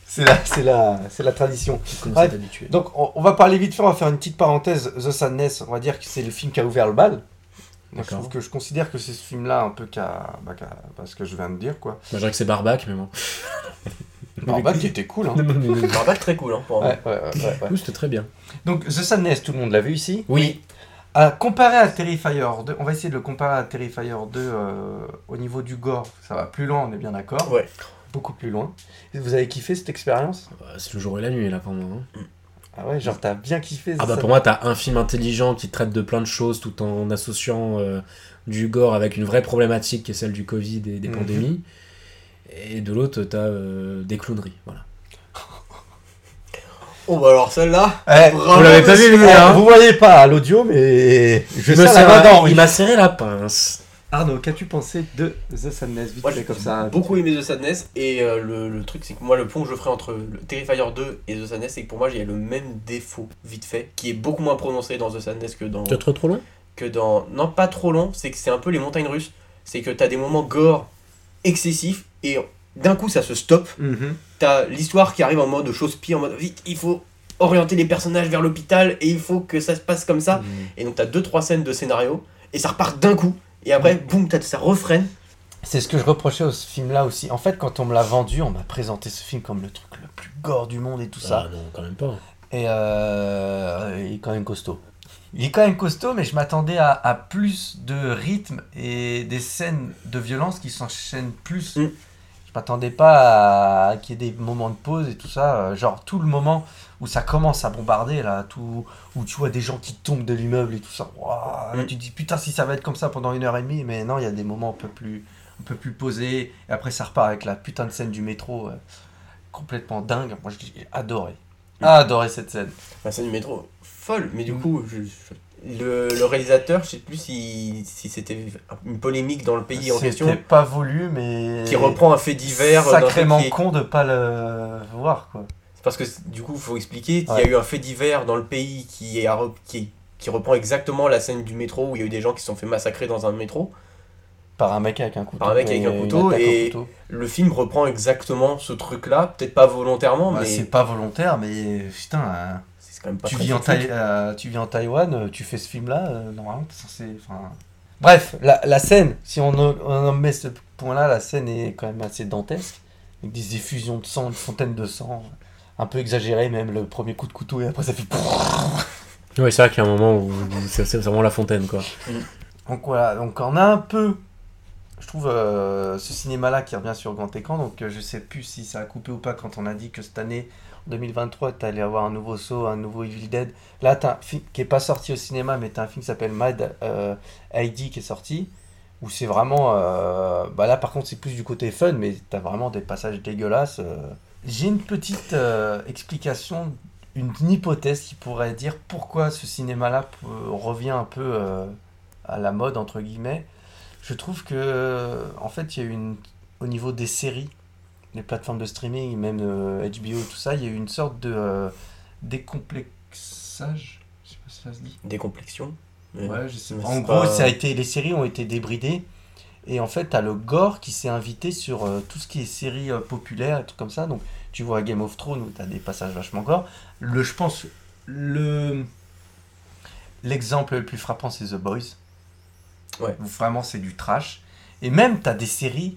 Speaker 5: C'est la, c'est la, c'est la tradition.
Speaker 7: je commence
Speaker 5: Ouais.
Speaker 7: à t'habituer.
Speaker 5: Donc, on, on va parler vite fait, on va faire une petite parenthèse. The Sadness, on va dire que c'est le film qui a ouvert le bal. Donc, je
Speaker 7: D'accord.
Speaker 5: trouve que je considère que c'est ce film-là un peu qu'à. Bah, qu'à- bah, ce que je viens de dire, quoi.
Speaker 7: Moi, je dirais que c'est Barbac, mais bon.
Speaker 5: Barbac qui était cool, hein.
Speaker 7: Du
Speaker 6: Un bac très cool, hein, pour un
Speaker 5: Ouais, ouais, ouais,
Speaker 7: [laughs]
Speaker 5: ouais, ouais.
Speaker 7: coup, c'était très bien.
Speaker 5: Donc, The Sadness, tout le monde l'a vu ici.
Speaker 7: Oui.
Speaker 5: À comparer à Terrifier 2, on va essayer de le comparer à Terrifier 2 euh, au niveau du gore. Ça va plus loin, on est bien d'accord.
Speaker 6: Ouais.
Speaker 5: Beaucoup plus loin. Vous avez kiffé cette expérience
Speaker 7: Bah, C'est le jour et la nuit, là, pour moi. hein.
Speaker 5: Ah ouais, genre t'as bien kiffé.
Speaker 7: Ah bah
Speaker 5: ça.
Speaker 7: pour moi t'as un film intelligent qui traite de plein de choses tout en associant euh, du gore avec une vraie problématique qui est celle du Covid et des
Speaker 5: Mhm.
Speaker 7: pandémies. Et de l'autre t'as euh, des clowneries. Voilà.
Speaker 6: Oh bah alors celle-là,
Speaker 5: Eh,
Speaker 6: Bravo,
Speaker 7: vu
Speaker 5: eh, vous voyez pas à l'audio, mais je
Speaker 7: Il
Speaker 5: serre
Speaker 7: me
Speaker 5: la
Speaker 7: serre
Speaker 5: main
Speaker 7: la-
Speaker 5: d'Henri.
Speaker 7: Il m'a serré la pince.
Speaker 5: Arnaud, qu'as-tu pensé de The Sadness Vite
Speaker 6: moi
Speaker 5: fait
Speaker 6: j'ai
Speaker 5: comme ça.
Speaker 6: beaucoup aimé The Sadness et euh, le, le truc c'est que moi le pont que je ferai entre le Terrifier 2 et The Sadness c'est que pour moi j'ai le même défaut vite fait qui est beaucoup moins prononcé dans The Sadness que dans...
Speaker 7: Tu trop trop long
Speaker 6: que dans... Non pas trop long, c'est que c'est un peu les montagnes russes, c'est que t'as des moments gore excessifs et d'un coup ça se stoppe
Speaker 5: Mhm.
Speaker 6: T'as l'histoire qui arrive en mode chausse-pied, en mode vite, il faut orienter les personnages vers l'hôpital et il faut que ça se passe comme ça.
Speaker 5: Mhm.
Speaker 6: Et donc t'as deux trois scènes de scénario et ça repart d'un coup. Et après, boum, t'as- ça refraine.
Speaker 5: C'est ce que je reprochais au ce film-là aussi. En fait, quand on me l'a vendu, on m'a présenté ce film comme le truc le plus gore du monde et tout ça.
Speaker 7: Ah non, quand même pas.
Speaker 5: Et euh, il est quand même costaud. Il est quand même costaud, mais je m'attendais à, à plus de rythme et des scènes de violence qui s'enchaînent plus.
Speaker 6: Mm.
Speaker 5: Je m'attendais pas à qu'il y ait des moments de pause et tout ça. euh, Genre tout le moment où ça commence à bombarder, là, tout, où tu vois des gens qui tombent de l'immeuble et tout ça. Ouah,
Speaker 6: Mm.
Speaker 5: Tu te dis putain si ça va être comme ça pendant une heure et demie, mais non, il y a des moments un peu plus, un peu plus posés. Et après ça repart avec la putain de scène du métro. euh, complètement dingue. Moi, j'ai adoré. Adoré Ah, cette scène.
Speaker 6: La scène du métro, folle. Mais
Speaker 5: Mhm.
Speaker 6: du coup, je- je- le, le réalisateur, je sais plus si, si c'était une polémique dans le pays en
Speaker 5: C'était
Speaker 6: question,
Speaker 5: pas voulu, mais.
Speaker 6: qui reprend un fait divers. euh, d'un truc
Speaker 5: Sacrément
Speaker 6: qui est-
Speaker 5: con de pas le voir, quoi.
Speaker 6: Parce que du coup, il faut expliquer qu'il y a
Speaker 5: Ouais.
Speaker 6: eu un fait divers dans le pays qui, est à re- qui, qui reprend exactement la scène du métro où il y a eu des gens qui se sont fait massacrer dans un métro.
Speaker 5: Par un mec avec un couteau.
Speaker 6: Par un mec avec un
Speaker 5: une
Speaker 6: couteau
Speaker 5: attaque au
Speaker 6: et-
Speaker 5: couteau.
Speaker 6: Le film reprend exactement ce truc-là, peut-être pas volontairement,
Speaker 5: Bah,
Speaker 6: mais
Speaker 5: C'est
Speaker 6: c'est
Speaker 5: pas volontaire, mais putain, hein.
Speaker 6: quand même pas
Speaker 5: tu,
Speaker 6: très
Speaker 5: vis en Thaï-
Speaker 6: critique.
Speaker 5: euh, tu vis en Taïwan, euh, tu fais ce film-là, euh, normalement, t'es censé. enfin, Bref, la, la scène, si on, en- on en met ce point-là, la scène est quand même assez dantesque, avec des effusions de sang, une fontaine de sang, un peu exagéré même, le premier coup de couteau, et après ça fait...
Speaker 7: Oui, c'est vrai qu'il y a un moment où où c'est c'est vraiment la fontaine, quoi.
Speaker 5: Donc voilà, donc on a un peu, je trouve, euh, ce cinéma-là qui revient sur grand écran. Donc euh, je sais plus si ça a coupé ou pas quand on a dit que cette année, en 2023, tu allais avoir un nouveau saut, un nouveau Evil Dead. Là, tu un film qui est pas sorti au cinéma, mais tu un film qui s'appelle Mad euh, Heidi qui est sorti. Où c'est vraiment. euh, bah là, par contre, c'est plus du côté fun, mais tu as vraiment des passages dégueulasses. euh. J'ai une petite euh, explication, une, hypothèse qui pourrait dire pourquoi ce cinéma-là euh, revient un peu. euh, à la mode entre guillemets. Je trouve que en fait, il y a eu une au niveau des séries, des plateformes de streaming, même euh, HBO, tout ça, il y a eu une sorte de euh, décomplexage. Je sais pas si ça se dit.
Speaker 6: Des complexions. mais-
Speaker 5: Ouais, je sais
Speaker 6: mais
Speaker 5: pas.
Speaker 6: c'est
Speaker 5: En gros,
Speaker 6: pas-
Speaker 5: ça a été les séries ont été débridées. Et en fait, t'as le gore qui s'est invité sur euh, tout ce qui est séries euh, populaires, et trucs comme ça. Donc, tu vois Game of Thrones où t'as des passages vachement gore. Le, je pense, le l'exemple le plus frappant, c'est The Boys.
Speaker 6: Ouais.
Speaker 5: Où vraiment, c'est du trash. Et même, t'as des séries.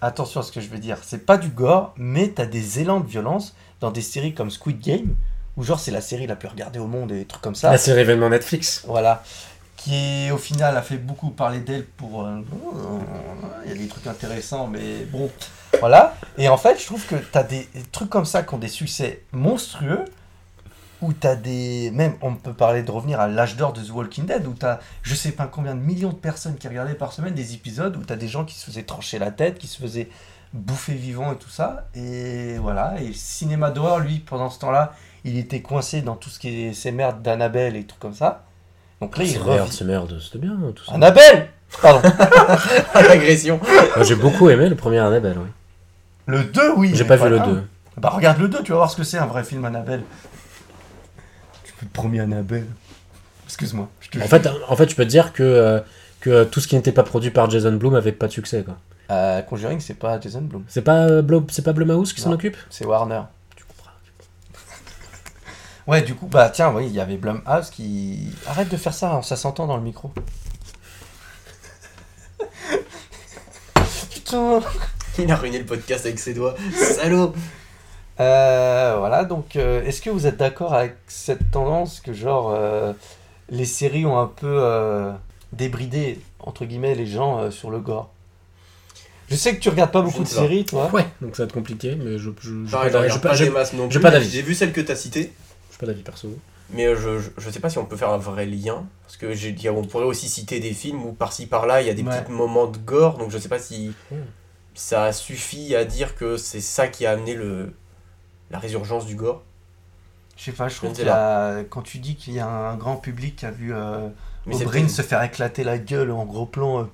Speaker 5: Attention à ce que je veux dire. C'est pas du gore, mais t'as des élans de violence dans des séries comme Squid Game, où genre c'est la série la plus regardée au monde et des trucs comme ça.
Speaker 7: La série événement Netflix.
Speaker 5: Voilà. Qui au final a fait beaucoup parler d'elle pour. euh, Il y a des trucs intéressants, mais bon. Voilà. Et en fait, je trouve que t'as des trucs comme ça qui ont des succès monstrueux. Où t'as des. Même, on peut parler de revenir à l'âge d'or de The Walking Dead, où t'as je sais pas combien de millions de personnes qui regardaient par semaine des épisodes, où t'as des gens qui se faisaient trancher la tête, qui se faisaient bouffer vivant et tout ça. Et voilà. Et le cinéma d'horreur, lui, pendant ce temps-là, il était coincé dans tout ce qui est ces merdes d'Annabelle et tout comme ça. Donc là, il
Speaker 7: C'est merde,
Speaker 5: revient.
Speaker 7: c'est merde, c'était bien tout ça.
Speaker 5: Annabelle Pardon.
Speaker 6: L'agression.
Speaker 7: Moi, J'ai beaucoup aimé le premier Annabelle, oui.
Speaker 5: Le 2, oui.
Speaker 7: J'ai
Speaker 5: mais
Speaker 7: pas vu le
Speaker 5: un.
Speaker 7: 2.
Speaker 5: Bah regarde le 2, tu vas voir ce que c'est un vrai film Annabelle. Tu peux te promis Annabelle. Excuse-moi, je te
Speaker 7: En fait, en fait, je peux te dire que, euh, que tout ce qui n'était pas produit par Jason Blum avait pas de succès, quoi.
Speaker 5: Euh, Conjuring, c'est pas Jason Blum,
Speaker 7: C'est pas, euh, Blum- c'est pas Blumhouse qui s'en
Speaker 5: Non.
Speaker 7: occupe
Speaker 5: c'est Warner.
Speaker 7: Tu comprends.
Speaker 5: Ouais, du coup, bah tiens, oui, il y avait Blumhouse qui. Arrête de faire ça, ça s'entend dans le micro. Putain
Speaker 6: Il a ruiné le podcast avec ses doigts. Salaud.
Speaker 5: Euh, voilà, donc euh, est-ce que vous êtes d'accord avec cette tendance que genre euh, les séries ont un peu euh, débridé entre guillemets les gens euh, sur le gore Je sais que tu regardes pas beaucoup de
Speaker 6: sais pas.
Speaker 5: séries, toi.
Speaker 7: Ouais, donc ça va être compliqué, mais je, je, je,
Speaker 6: Pareil,
Speaker 7: je-
Speaker 6: j'en
Speaker 7: Ah, je-
Speaker 6: regarde pas
Speaker 7: je-
Speaker 6: des masses non
Speaker 7: j'ai
Speaker 6: plus,
Speaker 7: pas
Speaker 6: mais
Speaker 7: d'avis.
Speaker 6: J'ai vu celle que t'as citée.
Speaker 7: je pas d'avis perso.
Speaker 6: Mais euh, je, je, je sais pas si on peut faire un vrai lien, parce que j'ai dit, on pourrait aussi citer des films où par-ci par-là il y a des
Speaker 5: Ouais.
Speaker 6: petits moments de gore, donc je sais pas si
Speaker 7: Ouais.
Speaker 6: ça suffit à dire que c'est ça qui a amené le la résurgence du gore.
Speaker 5: Je sais pas, je trouve
Speaker 6: Je
Speaker 5: que
Speaker 6: sais
Speaker 5: la- Euh, quand tu dis qu'il y a un grand public qui a vu euh,
Speaker 6: Mais c'est
Speaker 5: Oberyn
Speaker 6: peut-être-
Speaker 5: se faire éclater la gueule en gros plan, euh,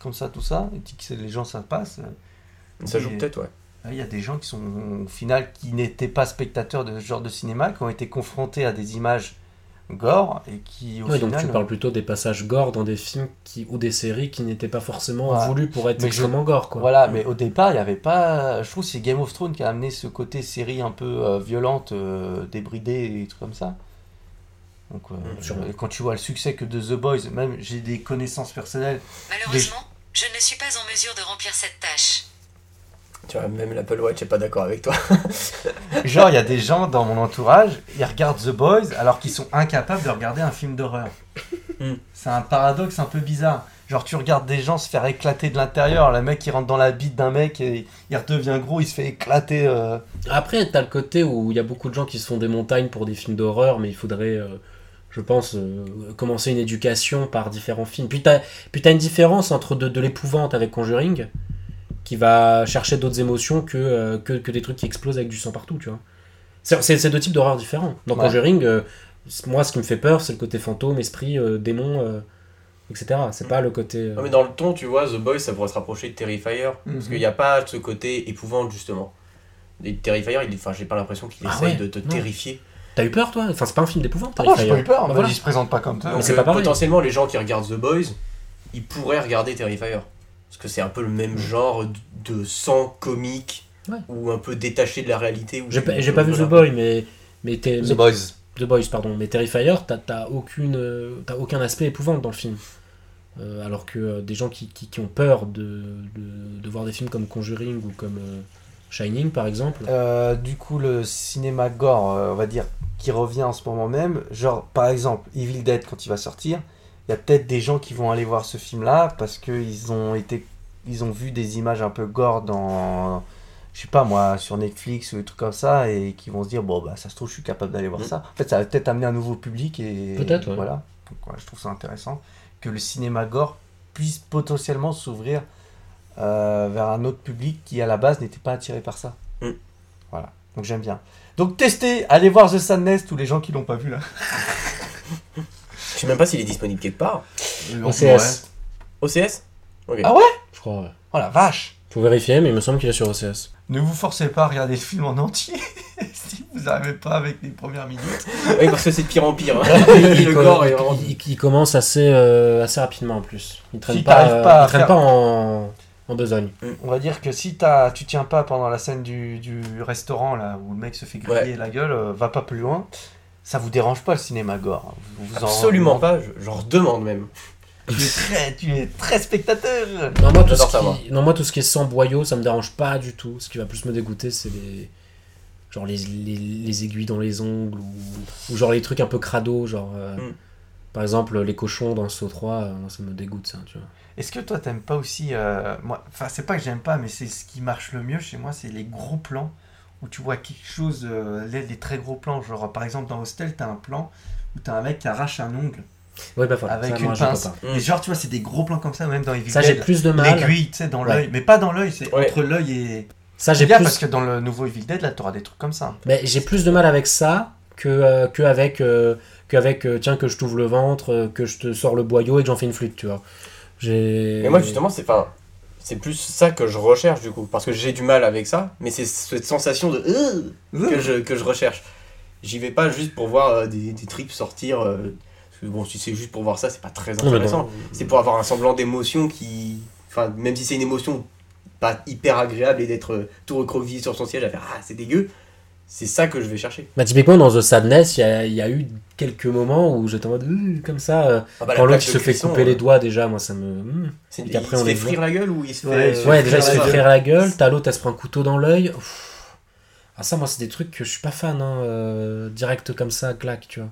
Speaker 5: comme ça, tout ça, et tu dis que c'est- les gens ça passe, euh,
Speaker 6: ça joue
Speaker 5: mais-
Speaker 6: peut-être, ouais.
Speaker 5: Ah il y a des gens qui sont au final qui n'étaient pas spectateurs de ce genre de cinéma, qui ont été confrontés à des images gore et qui au
Speaker 7: Ouais, donc
Speaker 5: final.
Speaker 7: tu parles plutôt des passages gore dans des films qui, ou des séries qui n'étaient pas forcément
Speaker 5: Ouais.
Speaker 7: voulus pour être
Speaker 5: Mais je-
Speaker 7: extrêmement gore, quoi.
Speaker 5: Voilà, mais au départ, il n'y avait pas. Je trouve que c'est Game of Thrones qui a amené ce côté série un peu euh, violente, euh, débridée et tout comme ça. Donc, euh,
Speaker 6: Mm,
Speaker 7: sûrement.
Speaker 5: et quand tu vois le succès que de The Boys, même j'ai des connaissances personnelles.
Speaker 10: Malheureusement, je ne suis pas en mesure de remplir cette tâche.
Speaker 6: Tu vois, même l'Apple Watch est pas d'accord avec toi.
Speaker 5: Genre, il y a des gens dans mon entourage, ils regardent The Boys alors qu'ils sont incapables de regarder un film d'horreur.
Speaker 6: Hmm.
Speaker 5: C'est un paradoxe un peu bizarre. Genre, tu regardes des gens se faire éclater de l'intérieur. Le mec, il rentre dans la bite d'un mec et il redevient gros, il se fait éclater. euh.
Speaker 9: Après, t'as le côté où il y a beaucoup de gens qui se font des montagnes pour des films d'horreur, mais il faudrait, euh, je pense, euh, commencer une éducation par différents films. Puis t'as, puis t'as une différence entre de, de l'épouvante avec Conjuring, qui va chercher d'autres émotions que, euh, que, que des trucs qui explosent avec du sang partout, tu vois. C'est, c'est- c'est deux types d'horreur différents. Dans
Speaker 5: Ouais.
Speaker 9: Conjuring, euh, c- moi, ce qui me fait peur, c'est le côté fantôme, esprit, euh, démon, euh, etc. C'est pas le côté... euh,
Speaker 5: Ah,
Speaker 6: Non, mais dans le ton, tu vois, The Boys, ça pourrait se rapprocher de Terrifier. Parce
Speaker 5: Mhm.
Speaker 6: qu'il n'y a pas ce côté épouvante, justement. Et Terrifier, il, enfin, j'ai pas l'impression qu'il
Speaker 9: Ah
Speaker 6: essaye
Speaker 9: ouais,
Speaker 6: de te
Speaker 9: non.
Speaker 6: terrifier.
Speaker 9: T'as eu peur, toi Enfin, c'est pas un film d'épouvante,
Speaker 5: Ah non, j'ai
Speaker 9: Terrifier.
Speaker 5: pas eu peur,
Speaker 9: Bah
Speaker 5: mais
Speaker 9: voilà.
Speaker 5: il se présente pas comme ça.
Speaker 6: Donc,
Speaker 9: c'est pas
Speaker 6: euh,
Speaker 9: pareil.
Speaker 6: potentiellement, les gens qui regardent The Boys, ils pourraient regarder Terrifier. Parce que c'est un peu le même genre de- de sang comique,
Speaker 9: Mm. Ouais.
Speaker 6: ou un peu détaché de la réalité. ou
Speaker 9: J'ai
Speaker 6: du-
Speaker 9: pas, j'ai pas vu
Speaker 6: voilà.
Speaker 9: The Boy, mais... mais t'es- mais-
Speaker 5: Boys.
Speaker 9: The Boys, pardon, mais Terrifier, t'as- t'as aucune, euh, t'as aucun aspect épouvante dans le film. Euh, alors que euh, des gens qui, qui, qui ont peur de, de, de voir des films comme Conjuring ou comme euh, Shining, par exemple,
Speaker 5: Euh, du coup, le cinéma gore, euh, on va dire, qui revient en ce moment même, genre par exemple Evil Dead quand il va sortir, il y a peut-être des gens qui vont aller voir ce film-là parce qu'ils ont été, ils ont vu des images un peu gore dans, je sais pas moi, sur Netflix ou des trucs comme ça et qui vont se dire bon bah ça se trouve je suis capable d'aller voir
Speaker 6: Mhm.
Speaker 5: ça. En fait, ça va peut-être amener un nouveau public et
Speaker 9: Peut-être, ouais.
Speaker 5: voilà. Donc, ouais, je trouve ça intéressant que le cinéma gore puisse potentiellement s'ouvrir euh, vers un autre public qui à la base n'était pas attiré par ça.
Speaker 6: Mm.
Speaker 5: Voilà, donc j'aime bien. Donc testez, allez voir The Sadness, tous les gens qui l'ont pas vu là.
Speaker 6: Je sais même pas s'il est disponible quelque part.
Speaker 9: OCS,
Speaker 6: OCS Ok.
Speaker 5: Ah ouais
Speaker 9: je crois. ouais.
Speaker 5: Oh la vache
Speaker 9: Faut vérifier, mais il me semble qu'il est sur OCS.
Speaker 11: Ne vous forcez pas à regarder le film en
Speaker 5: [laughs]
Speaker 11: entier si vous n'arrivez pas avec les premières minutes.
Speaker 6: Oui, parce que c'est de pire en
Speaker 9: [laughs]
Speaker 6: pire. hein.
Speaker 9: il,
Speaker 6: Le gore est vraiment-
Speaker 9: il- il commence assez, euh, assez rapidement en plus. Il traîne
Speaker 5: Si
Speaker 9: pas,
Speaker 5: t'arrives
Speaker 9: euh,
Speaker 5: pas à
Speaker 9: il traîne
Speaker 5: faire-
Speaker 9: pas en, en besogne.
Speaker 5: On va dire que si t'as, tu tiens pas pendant la scène du, du restaurant là où le mec se fait griller la gueule, euh, va pas plus loin. Ça vous dérange pas le cinéma gore Vous- vous en-
Speaker 6: Absolument pas, je- j'en redemande même.
Speaker 5: [laughs] Tu es très, tu es très spectateur
Speaker 9: Non moi, tout
Speaker 6: J'adore
Speaker 9: ce
Speaker 6: ça,
Speaker 9: qui-
Speaker 6: moi.
Speaker 9: non, moi, tout ce qui est sans boyau, ça me dérange pas du tout. Ce qui va plus me dégoûter, c'est les... Genre les, les- les aiguilles dans les ongles ou, ou genre les trucs un peu crado, genre euh,
Speaker 6: Mm.
Speaker 9: par exemple les cochons dans le saut 3, euh, moi, ça me dégoûte ça, tu vois.
Speaker 5: Est-ce que toi t'aimes pas aussi euh, moi enfin c'est pas que j'aime pas mais c'est ce qui marche le mieux chez moi c'est les gros plans où tu vois quelque chose euh, les, les très gros plans genre par exemple dans Hostel t'as un plan où t'as un mec qui arrache un ongle
Speaker 9: Ouais, bah voilà,
Speaker 5: Avec
Speaker 9: ça,
Speaker 5: une
Speaker 9: moi, je peux
Speaker 5: pince.
Speaker 9: pas.
Speaker 6: Mm.
Speaker 5: et genre tu vois c'est des gros plans comme ça même dans Evil
Speaker 9: Ça j'ai
Speaker 5: Dead
Speaker 9: plus de mal.
Speaker 5: l'aiguille tu sais dans
Speaker 9: Ouais.
Speaker 5: l'œil mais pas dans l'œil c'est
Speaker 6: Ouais.
Speaker 5: entre l'œil et
Speaker 9: Ça j'ai
Speaker 5: j'ai bien parce
Speaker 9: plus
Speaker 5: que dans le nouveau Evil Dead là t'auras des trucs comme ça
Speaker 9: mais j'ai plus de mal avec ça que euh, que avec euh, que avec euh, tiens que je t'ouvre le ventre, euh, que je te sors le boyau et que j'en fais une flûte, tu vois. J'ai
Speaker 6: Mais moi, justement, c'est enfin, c'est plus ça que je recherche du coup. Parce que j'ai du mal avec ça, mais c'est cette sensation de euh, que je, que je recherche. J'y vais pas juste pour voir euh, des, des tripes sortir. euh, parce que bon, si c'est juste pour voir ça, c'est pas très
Speaker 9: mais non.
Speaker 6: intéressant. C'est pour avoir un semblant d'émotion qui. Enfin, même si c'est une émotion pas hyper agréable et d'être euh, tout recroquevillé sur son siège à faire Ah, c'est dégueu, c'est ça que je vais chercher.
Speaker 9: Bah, typiquement dans The Sadness, il y, a- il y a eu quelques moments où j'étais en mode Ouh comme ça. euh,
Speaker 6: Ah bah, la
Speaker 9: quand l'autre
Speaker 6: plaque
Speaker 9: il
Speaker 6: de
Speaker 9: se fait
Speaker 6: cuisson,
Speaker 9: couper
Speaker 6: euh,
Speaker 9: les doigts déjà, moi ça me. hmm.
Speaker 6: c'est-
Speaker 9: et
Speaker 6: Il
Speaker 9: qu'après,
Speaker 6: se
Speaker 9: on
Speaker 6: fait
Speaker 9: les voit.
Speaker 6: frire la gueule ou il se fait.
Speaker 5: Ouais, il se
Speaker 6: euh,
Speaker 5: fait
Speaker 9: Ouais, déjà il se
Speaker 5: frire
Speaker 9: fait
Speaker 5: la
Speaker 9: frire la gueule, t'as l'autre elle se prend un couteau dans l'œil. Ouf. Ah ça moi c'est des trucs que je suis pas fan, hein, euh, direct comme ça, claque, tu vois.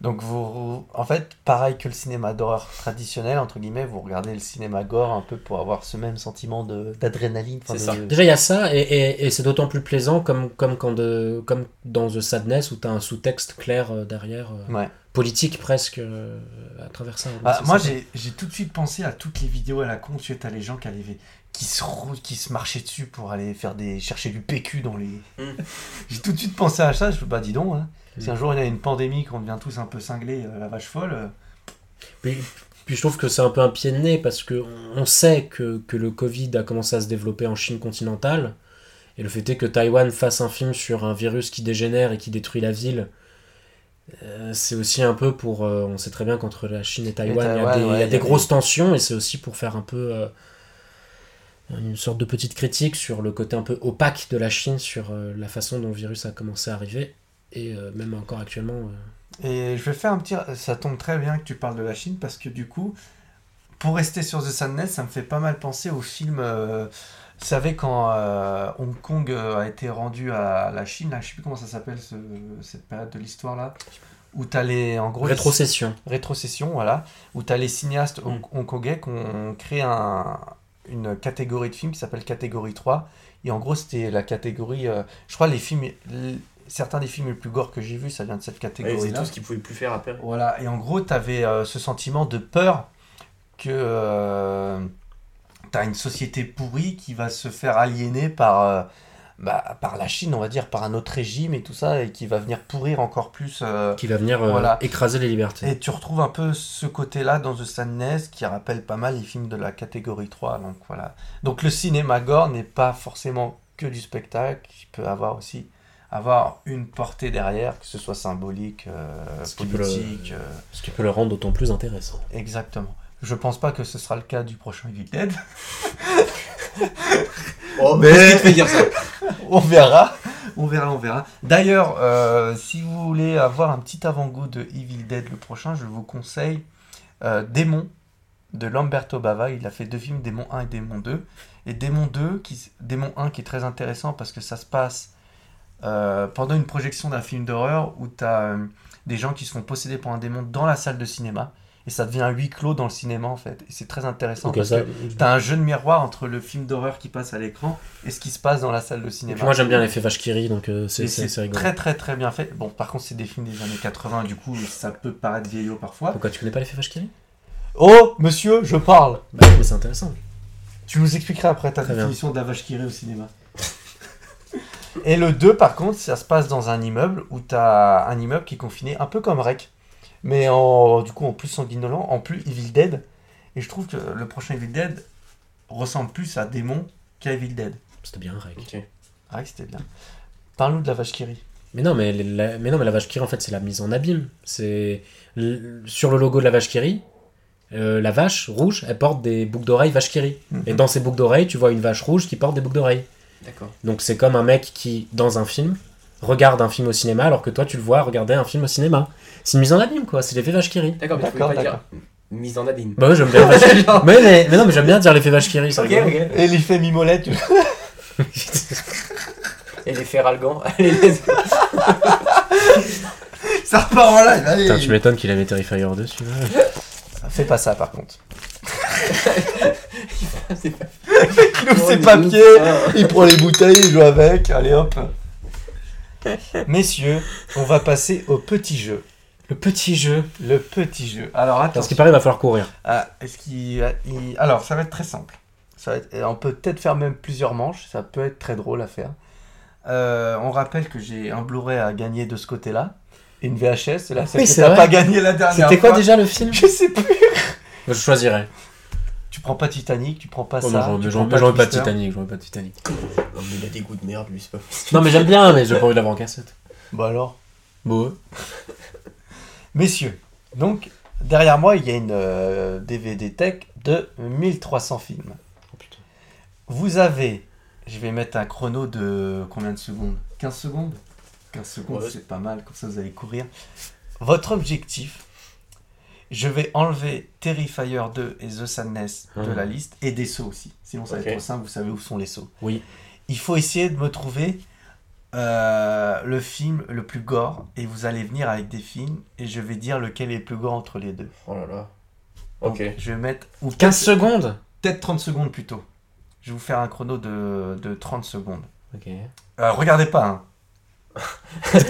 Speaker 5: donc vous en fait pareil que le cinéma d'horreur traditionnel entre guillemets vous regardez le cinéma gore un peu pour avoir ce même sentiment de d'adrénaline enfin,
Speaker 6: C'est
Speaker 5: de-
Speaker 9: [laughs]
Speaker 6: ça.
Speaker 9: Déjà il y a ça et, et- et c'est d'autant plus plaisant comme, comme, quand de, comme dans The Sadness où t'as un sous-texte clair euh, derrière, euh,
Speaker 5: Ouais.
Speaker 9: politique presque euh, à travers ça. Donc,
Speaker 5: Bah,
Speaker 9: c'est
Speaker 5: moi,
Speaker 9: sympa.
Speaker 5: j'ai j'ai tout de suite pensé à toutes les vidéos à la con. Tu sais, t'as les gens qui, allaient, qui, se, rou- qui se marchaient dessus pour aller faire des, chercher du PQ dans les.
Speaker 9: Hmm.
Speaker 6: Mm.
Speaker 5: [laughs] j'ai tout de suite pensé à ça. Je me bah, dis donc, hein, si
Speaker 9: Mm.
Speaker 5: un jour il y a une pandémie, qu'on devient tous un peu cinglés, euh, la vache folle. euh,
Speaker 9: Puis, puis je trouve que c'est un peu un pied de nez parce que on sait que, que le Covid a commencé à se développer en Chine continentale. Et le fait est que Taïwan fasse un film sur un virus qui dégénère et qui détruit la ville, euh, c'est aussi un peu pour. euh, on sait très bien qu'entre la Chine et Taïwan, il y a
Speaker 5: Taïwan,
Speaker 9: des, il y
Speaker 5: ouais,
Speaker 9: a des grosses tensions et c'est aussi pour faire un peu. euh, une sorte de petite critique sur le côté un peu opaque de la Chine, sur euh, la façon dont le virus a commencé à arriver, et euh, même encore actuellement. euh,
Speaker 5: Et je vais faire un petit. Ça tombe très bien que tu parles de la Chine parce que du coup, Pour rester sur The Sandness, ça me fait pas mal penser au film. euh, vous savez, quand euh, Hong Kong euh, a été rendu à la Chine, là, je sais plus comment ça s'appelle ce- cette période de l'histoire là, où t'as les. En gros, les-
Speaker 7: Rétrocession.
Speaker 5: rétrocession, voilà, où tu as les cinéastes hong- hongkongais qui ont créé un- une catégorie de films qui s'appelle catégorie 3. Et en gros, c'était la catégorie. euh, je crois les films. l- certains des films les plus gore que j'ai vus, ça vient de cette
Speaker 6: Ouais, c'est
Speaker 5: catégorie-là.
Speaker 6: tout ce qu'ils pouvaient plus faire après.
Speaker 5: Voilà, et en gros, tu avais ce sentiment de peur que tu as une société pourrie qui va se faire aliéner par, euh, bah, par la Chine, on va dire, par un autre régime et tout ça, et qui va venir pourrir encore plus. euh,
Speaker 7: Qui va venir euh,
Speaker 5: Voilà.
Speaker 7: écraser les libertés.
Speaker 5: et tu retrouves un peu ce côté-là dans The Sandness qui rappelle pas mal les films de la catégorie 3. Donc voilà. Donc le cinéma gore n'est pas forcément que du spectacle, il peut avoir aussi avoir une portée derrière, que ce soit symbolique, euh,
Speaker 7: Ce qui peut le-
Speaker 5: politique, euh,
Speaker 7: Ce qui peut le rendre d'autant plus intéressant.
Speaker 5: exactement. Je pense pas que ce sera le cas du prochain Evil Dead.
Speaker 6: Oh,
Speaker 5: Mais-
Speaker 6: qu'est-ce qui te fait dire ça
Speaker 5: [laughs] on verra, on verra, on verra. D'ailleurs, euh, si vous voulez avoir un petit avant-goût de Evil Dead le prochain, je vous conseille euh, Démon de Lamberto Bava. Il a fait deux films, Démon 1 et Démon 2. Et Démon 2, qui, s- Démon 1 qui est très intéressant parce que ça se passe euh, pendant une projection d'un film d'horreur où tu as des gens qui se font posséder par un démon dans la salle de cinéma. Et ça devient un huis clos dans le cinéma en fait. Et c'est très intéressant.
Speaker 7: Donc,
Speaker 5: parce
Speaker 7: ça-
Speaker 5: que T'as un jeu de miroir entre le film d'horreur qui passe à l'écran et ce qui se passe dans la salle de
Speaker 7: Et
Speaker 5: cinéma.
Speaker 7: puis moi j'aime bien l'effet vache qui rit, donc euh,
Speaker 5: Et
Speaker 7: c'est c'est- c'est
Speaker 5: c'est
Speaker 7: rigolo.
Speaker 5: très très très bien fait. Bon, par contre, c'est des films des années 80, du coup, ça peut paraître vieillot parfois.
Speaker 7: Pourquoi tu connais pas l'effet vache qui rit
Speaker 5: Oh, monsieur, je parle.
Speaker 7: Bah oui, mais c'est intéressant.
Speaker 5: Tu nous expliqueras après ta
Speaker 7: Très bien.
Speaker 5: définition de la vache qui rit au cinéma. [laughs] et le 2, par contre, ça se passe dans un immeuble où t'as un immeuble qui est confiné, un peu comme Rec, mais en, du coup, en plus sanguinolent, en plus Evil Dead. Et je trouve que le prochain Evil Dead ressemble plus à Démon qu'à Evil Dead.
Speaker 7: C'était bien un règle.
Speaker 6: Ok.
Speaker 5: Ah, c'était bien. Parle-nous de la vache qui rit.
Speaker 7: Mais non, mais la, mais non, mais la vache qui rit, en fait, c'est la mise en abîme. C'est l- sur le logo de la vache qui rit, euh, la vache rouge, elle porte des boucles d'oreilles vache qui rit. Et dans ces boucles d'oreilles, tu vois une vache rouge qui porte des boucles d'oreilles.
Speaker 6: D'accord.
Speaker 7: Donc c'est comme un mec qui, dans un film, regarde un film au cinéma alors que toi tu le vois regarder un film au cinéma. C'est une mise en abîme quoi, c'est l'effet vache qui rit.
Speaker 6: D'accord, mais tu
Speaker 5: D'accord,
Speaker 6: pouvais pas dire mise en abîme.
Speaker 7: Bah ouais, j'aime bien vache qui rit. mais, mais- mais non, mais j'aime bien dire l'effet vache qui rit. c'est
Speaker 6: Ok,
Speaker 7: rigolo.
Speaker 6: ok.
Speaker 5: Et l'effet Mimolette, tu
Speaker 6: Et les ferralgans. [laughs] Allez, let's go.
Speaker 5: ça repart en live, allez.
Speaker 7: Putain, tu m'étonnes qu'il avait Terrifier 2 celui-là.
Speaker 5: Fais pas ça par contre.
Speaker 6: C'est pas-
Speaker 5: Il ouvre
Speaker 6: Oh,
Speaker 5: ses
Speaker 6: les
Speaker 5: papiers,
Speaker 6: ouf.
Speaker 5: il prend les bouteilles, il joue avec, allez hop. Messieurs, on va passer au petit jeu.
Speaker 7: Le petit jeu.
Speaker 5: Le petit jeu. Alors attends.
Speaker 7: Parce qu'il paraît, il va falloir courir.
Speaker 5: Ah, est-ce qu'il- ah, il- Alors, ça va être très simple. Ça va être- On peut peut-être faire même plusieurs manches. Ça peut être très drôle à faire. Euh, on rappelle que j'ai un Blu-ray à gagner de ce côté-là. Et une VHS, là, celle
Speaker 7: Oui,
Speaker 5: que
Speaker 7: c'est
Speaker 5: t'as
Speaker 7: vrai.
Speaker 5: pas gagné la dernière
Speaker 7: C'était quoi
Speaker 5: fois.
Speaker 7: déjà le film
Speaker 5: Je sais plus.
Speaker 7: Je choisirais.
Speaker 5: Tu prends pas Titanic, tu prends pas
Speaker 7: Oh non,
Speaker 5: Ah, ça.
Speaker 7: j'en-
Speaker 5: tu
Speaker 7: j'en-
Speaker 5: prends
Speaker 7: j'en veux pas de
Speaker 5: Twister.
Speaker 7: Titanic, j'en veux pas de Titanic.
Speaker 6: Non, mais il a des goûts de merde, lui, c'est pas possible.
Speaker 7: Non mais j'aime bien, mais j'ai pas envie de l'avoir en cassette.
Speaker 5: Bah alors.
Speaker 7: Bon, ouais.
Speaker 5: Messieurs, donc derrière moi, il y a une euh, DVD Tech de 1300 films. Vous avez, je vais mettre un chrono de combien de secondes 15 secondes 15 secondes,
Speaker 6: Ouais.
Speaker 5: c'est pas mal, comme ça vous allez courir. Votre objectif, je vais enlever Terrifier 2 et The Sadness de
Speaker 7: Mhm.
Speaker 5: la liste et des sauts aussi. Sinon, ça va
Speaker 6: Ah. Ok.
Speaker 5: être trop simple, vous savez où sont les sauts.
Speaker 7: Oui.
Speaker 5: Il faut essayer de me trouver euh, le film le plus gore et vous allez venir avec des films et je vais dire lequel est le plus gore entre les deux.
Speaker 6: Oh là là.
Speaker 5: Donc,
Speaker 6: Ok.
Speaker 5: je vais mettre ou
Speaker 7: 15
Speaker 5: peut-être-
Speaker 7: secondes
Speaker 5: peut-être 30 secondes plutôt. Je vais vous faire un chrono de, de 30 secondes.
Speaker 7: Ok.
Speaker 5: Euh,
Speaker 7: [laughs]
Speaker 5: regardez pas. hein.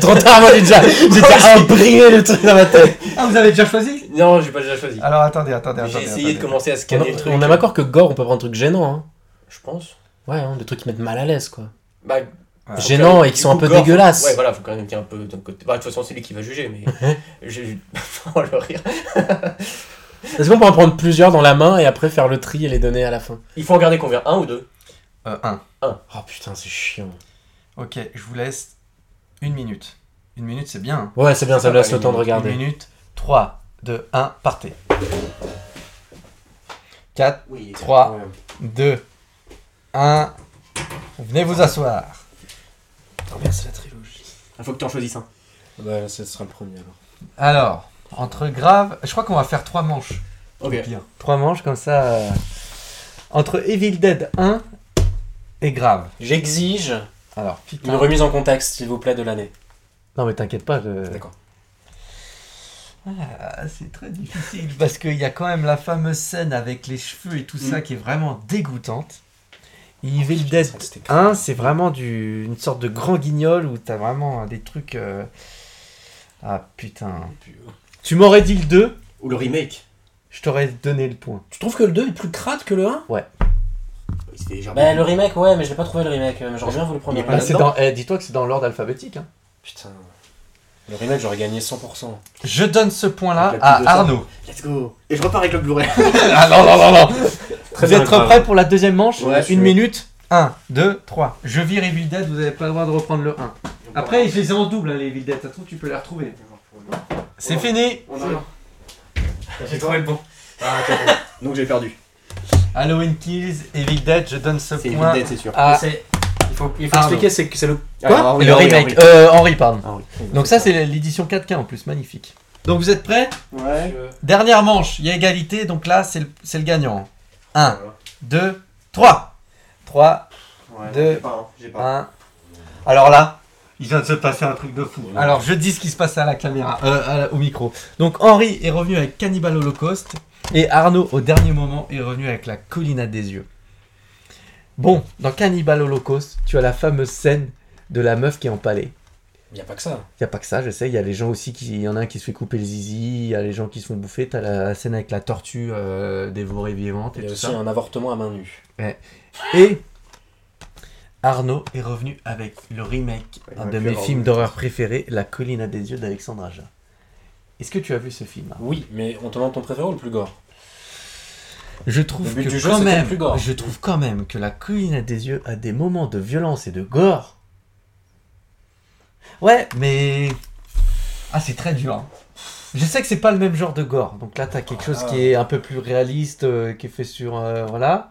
Speaker 7: Trop tard, moi j'ai déjà, j'ai déjà imprimé le truc dans ma [laughs] tête.
Speaker 5: Ah, vous avez déjà choisi
Speaker 6: Non, j'ai pas déjà choisi.
Speaker 5: Alors attendez, attendez,
Speaker 6: J'ai
Speaker 5: attendez.
Speaker 6: essayé de
Speaker 5: attendez.
Speaker 6: commencer à
Speaker 7: On,
Speaker 6: scanner le truc.
Speaker 7: on est d'accord que gore, on peut prendre un truc gênant. Hein.
Speaker 6: Je pense.
Speaker 7: Ouais, hein, des trucs qui mettent mal à l'aise quoi.
Speaker 6: Bah,
Speaker 5: Ah,
Speaker 7: Gênants et qui
Speaker 6: du
Speaker 7: sont un
Speaker 6: coup,
Speaker 7: peu
Speaker 6: gore, faut-
Speaker 7: dégueulasses.
Speaker 6: Ouais, voilà, faut quand même qu'il y ait un peu d'un côté. Bah, de toute façon, c'est lui qui va juger,
Speaker 7: [laughs]
Speaker 6: mais. je... [laughs] oh, le rire.
Speaker 7: Est-ce qu'on peut en prendre plusieurs dans la main et après faire le tri et les donner à la fin
Speaker 6: Il faut regarder combien Un ou deux
Speaker 5: Euh, un.
Speaker 7: Oh putain, c'est chiant.
Speaker 5: Ok, je vous laisse une minute. Une minute, c'est bien. hein.
Speaker 7: Ouais, c'est bien, ça me
Speaker 6: Ah,
Speaker 7: laisse
Speaker 6: bah,
Speaker 7: le temps de
Speaker 5: Une
Speaker 7: regarder.
Speaker 5: minute. 3, 2, 1, partez. 4,
Speaker 6: Oui.
Speaker 5: 3, 2, 1. Venez vous asseoir.
Speaker 7: Merci la trilogie.
Speaker 6: Il faut que tu en choisisses un.
Speaker 7: Bah, ce sera le premier alors.
Speaker 5: Alors, entre grave, je crois qu'on va faire trois manches.
Speaker 6: Ok.
Speaker 5: Bien. Trois manches comme ça. euh, Entre Evil Dead 1 et Grave.
Speaker 7: J'exige
Speaker 5: Alors,
Speaker 7: une
Speaker 5: putain.
Speaker 7: remise en contexte, s'il vous plaît, de l'année.
Speaker 5: Non, mais t'inquiète pas. je-
Speaker 7: D'accord.
Speaker 5: Ah, c'est très difficile parce qu'il y a quand même la fameuse scène avec les cheveux et tout ça qui est vraiment dégoûtante. Et Evil Dead
Speaker 6: Ah,
Speaker 7: Ça, c'était grave.
Speaker 5: 1, Mm. Oh, c'est vraiment du, une sorte de grand guignol où t'as vraiment des trucs. euh, Ah putain. Tu m'aurais dit le 2,
Speaker 6: Ou le remake.
Speaker 5: je t'aurais donné le point.
Speaker 7: Tu trouves que le 2 est plus crade que le 1
Speaker 6: Il s'était légèrement-
Speaker 7: Bah, le remake, ouais, mais je l'ai pas trouvé le remake. euh, J'aurais bien voulu le
Speaker 6: Il
Speaker 7: premier.
Speaker 6: est
Speaker 5: Bah,
Speaker 6: pas
Speaker 5: c'est
Speaker 6: là-dedans
Speaker 5: dans, eh, Dis-toi que c'est dans l'ordre alphabétique. hein.
Speaker 7: Putain. Le remake, j'aurais gagné 100%.
Speaker 5: Je donne ce point-là
Speaker 6: Avec la
Speaker 5: à
Speaker 6: petite de ça.
Speaker 5: Arnaud.
Speaker 6: Let's go. Et je repars avec le Blu-ray.
Speaker 5: ah non, non, non, non. Vous
Speaker 7: bien,
Speaker 5: êtes
Speaker 7: grave.
Speaker 5: prêts pour la deuxième manche
Speaker 6: Ouais, je suis.
Speaker 5: Une minute. 1, 2, 3. Je vire Evil Dead, vous n'avez pas le droit de reprendre le 1. Après, je les ai en double, hein, les Evil Dead. Ça se trouve, tu peux les retrouver. C'est fini
Speaker 6: On arrive.
Speaker 7: J'ai trouvé le bon.
Speaker 6: Ah, attends. Donc j'ai perdu.
Speaker 5: Halloween Kills, Evil Dead, je donne ce
Speaker 6: C'est
Speaker 5: point
Speaker 6: Evil Dead, c'est sûr. Ah,
Speaker 5: à...
Speaker 7: Il faut, il faut
Speaker 5: Arnaud.
Speaker 7: expliquer, c'est que c'est le.
Speaker 5: Quoi
Speaker 6: Henri,
Speaker 5: Le
Speaker 6: Henri,
Speaker 5: remake.
Speaker 6: Henri.
Speaker 5: Euh, Henri, pardon.
Speaker 6: Henri.
Speaker 5: Donc ça, c'est l'édition 4K en plus, magnifique. Donc vous êtes prêts
Speaker 6: Ouais.
Speaker 5: Dernière manche, il y a égalité, donc là, c'est le, c'est le gagnant. 1, 2, 3. 3,
Speaker 6: Ouais,
Speaker 5: Deux.
Speaker 6: j'ai pas, hein, J'ai pas.
Speaker 5: 1. Alors là, il vient de se passer un truc de fou. Alors je dis ce qui se passe à la caméra, euh, à la- au micro. Donc Henri est revenu avec Cannibal Holocaust et Arnaud, au dernier moment, est revenu avec la collinade des yeux. Bon, dans Cannibal Holocaust, tu as la fameuse scène de la meuf qui est empalée.
Speaker 7: Y a pas que ça.
Speaker 5: Il n'y a pas que ça, je sais. Il y a les gens aussi qui. Il y en a un qui se fait couper le zizi, il y a les gens qui se font bouffer. T'as la scène avec la tortue euh, dévorée vivante
Speaker 7: Il
Speaker 5: et
Speaker 7: y a
Speaker 5: tout
Speaker 7: aussi
Speaker 5: ça.
Speaker 7: un avortement à main nue.
Speaker 5: Et Arnaud est revenu avec le remake
Speaker 6: Ouais,
Speaker 5: d'un de
Speaker 6: il aurait pu
Speaker 5: mes
Speaker 6: avoir
Speaker 5: films
Speaker 6: mieux.
Speaker 5: d'horreur préférés, La colline à des yeux d'Alexandre Aja. Est-ce que tu as vu ce film Arnaud
Speaker 7: Oui, mais on te demande ton préféré ou le plus gore
Speaker 5: Je
Speaker 7: Le
Speaker 5: trouve
Speaker 7: but
Speaker 5: que
Speaker 7: du jeu,
Speaker 5: quand
Speaker 7: c'était
Speaker 5: même,
Speaker 7: le plus gore.
Speaker 5: je trouve quand même que La colline à des yeux a des moments de violence et de gore. Ouais, mais ah c'est très dur. hein. Je sais que c'est pas le même genre de gore. Donc là t'as quelque chose
Speaker 7: Ah.
Speaker 5: qui est un peu plus réaliste, euh, qui est fait sur euh, voilà.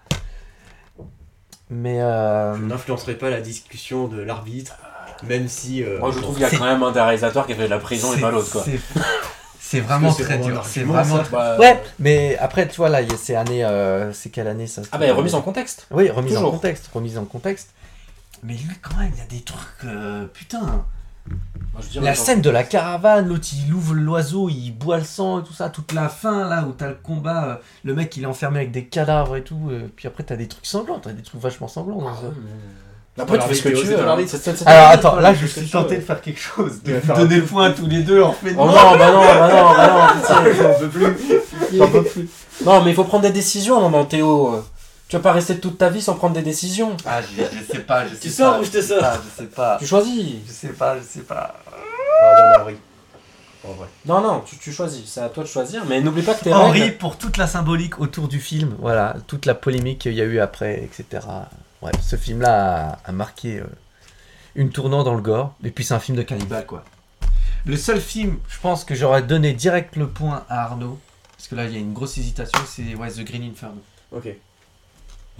Speaker 5: Mais euh,
Speaker 6: Je n'influencerai pas la discussion de l'arbitre, même si. euh,
Speaker 7: Moi, je trouve qu'il y a
Speaker 5: c'est-
Speaker 7: quand même un des réalisateurs qui a fait de la prison et
Speaker 5: C'est-
Speaker 7: pas l'autre, quoi. [laughs]
Speaker 5: c'est- C'est vraiment
Speaker 6: C'est
Speaker 5: très
Speaker 6: vraiment
Speaker 5: dur.
Speaker 6: un
Speaker 5: C'est
Speaker 6: argument,
Speaker 5: vraiment.
Speaker 6: ça.
Speaker 7: Bah,
Speaker 5: Ouais, mais après, tu vois, là, il y a ces années. euh, c'est quelle année ça
Speaker 7: Ah, bah, remise en contexte.
Speaker 5: Oui, remise en
Speaker 7: Toujours.
Speaker 5: contexte. Remise en contexte. Mais lui, quand même, il y a des trucs. euh, putain.
Speaker 7: Moi, je dirais
Speaker 5: La
Speaker 7: genre-
Speaker 5: scène de la caravane, l'autre il ouvre l'oiseau, il boit le sang et tout ça, toute la fin là où t'as le combat, euh, le mec il est enfermé avec des cadavres et tout, euh, puis après t'as des trucs sanglants, t'as des trucs vachement sanglants. dans ce-
Speaker 7: Après, tu fais ce que
Speaker 6: L'arbitre,
Speaker 7: tu
Speaker 6: c'est
Speaker 7: veux.
Speaker 6: ton
Speaker 7: hein.
Speaker 6: arbitre,
Speaker 7: C'est-
Speaker 5: Alors
Speaker 7: c'est- Ah, c'est-
Speaker 5: attends,
Speaker 7: c'est-
Speaker 5: là
Speaker 7: c'est-
Speaker 5: je
Speaker 7: c'est-
Speaker 5: suis
Speaker 7: c'est-
Speaker 5: tenté de faire quelque chose, de
Speaker 6: Tu vas
Speaker 5: vous
Speaker 6: faire un
Speaker 5: donner point à tous les deux en fait.
Speaker 7: Oh non, bah non, bah non, bah non, [laughs] pitié.
Speaker 6: J'en peux plus.
Speaker 7: J'en peux plus. Non, mais il faut prendre des décisions à un moment, Théo. Tu vas pas rester toute ta vie sans prendre des décisions.
Speaker 5: Ah, je, je sais pas, je sais
Speaker 6: Tu sors ou je te
Speaker 5: sais
Speaker 6: sors
Speaker 5: pas, Je sais pas,
Speaker 7: Tu choisis.
Speaker 5: je sais pas, je sais pas.
Speaker 6: Pardon, Henri. En vrai.
Speaker 7: Non, non, tu, tu choisis. C'est à toi de choisir, mais n'oublie pas que t'es
Speaker 5: Henri
Speaker 7: règles.
Speaker 5: pour toute la symbolique autour du film, voilà, toute la polémique qu'il y a eu après, etc. Ouais, ce film-là a, a marqué euh, une tournant dans le gore, et puis c'est un film de cannibale, quoi. Le seul film, je pense que j'aurais donné direct le point à Arnaud, parce que là il y a une grosse hésitation, c'est ouais, The Green Inferno.
Speaker 6: Ok.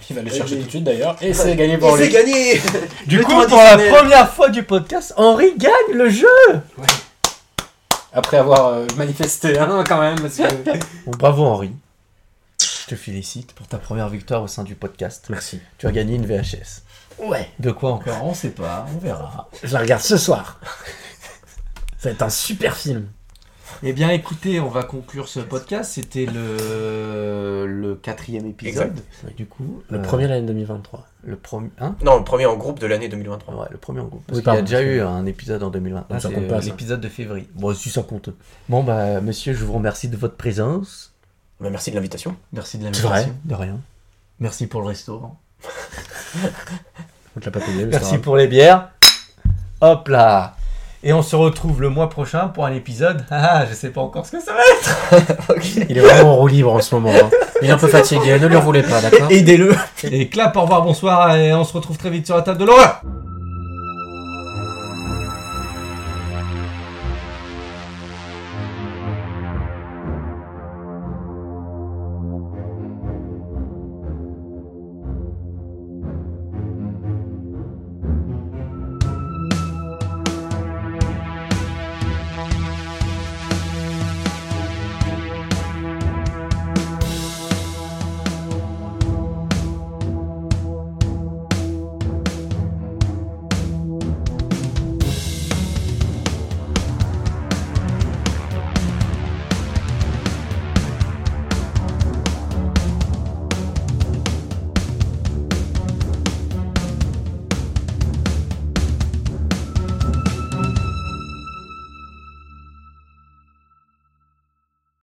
Speaker 7: Il va les chercher tout de suite d'ailleurs. Et c'est gagné pour
Speaker 6: Et c'est
Speaker 7: lui.
Speaker 6: gagné
Speaker 5: Du
Speaker 6: Le
Speaker 5: coup,
Speaker 6: tour
Speaker 5: pour la
Speaker 6: additionnel.
Speaker 5: première fois du podcast, Henri gagne le jeu
Speaker 7: Après avoir euh, manifesté, hein, quand même. Parce [laughs] que...
Speaker 5: Bon, bravo Henri. Je te félicite pour ta première victoire au sein du podcast.
Speaker 7: Merci.
Speaker 5: Tu as gagné une VHS.
Speaker 7: Ouais.
Speaker 5: De quoi encore
Speaker 7: on sait pas, on verra. Je la regarde ce soir. [laughs] Ça va être un super film.
Speaker 5: Eh bien, écoutez, on va conclure ce podcast. C'était le... le quatrième épisode. Du coup,
Speaker 7: Le
Speaker 5: euh,
Speaker 7: premier de l'année 2023.
Speaker 5: le premier, hein
Speaker 6: Non, le premier en groupe de l'année 2023.
Speaker 5: Ouais, le premier en groupe. Parce
Speaker 7: Oui,
Speaker 5: qu'il y a
Speaker 7: pardon,
Speaker 5: déjà
Speaker 7: parce que-
Speaker 5: eu un épisode en 2020. Là,
Speaker 7: ça
Speaker 5: c'est,
Speaker 7: compte pas,
Speaker 5: euh,
Speaker 7: ça.
Speaker 5: l'épisode de février. Bon, si ça compte. Bon, bah, monsieur, je vous remercie de votre présence.
Speaker 6: Bah, merci de l'invitation.
Speaker 5: Merci de
Speaker 7: l'invitation. C'est vrai.
Speaker 5: De rien. Merci pour le restaurant.
Speaker 7: On te l'a pas payé, mais
Speaker 5: Merci pour les bières. Hop là Et on se retrouve le mois prochain pour un épisode. [laughs] Ah, je sais pas encore ce que ça va être.
Speaker 7: Il est vraiment en roue libre en ce moment. hein. Il est un peu fatigué, ne lui en voulez pas, d'accord
Speaker 5: Aidez-le Et clap, au revoir, bonsoir, et on se retrouve très vite sur la table de l'horreur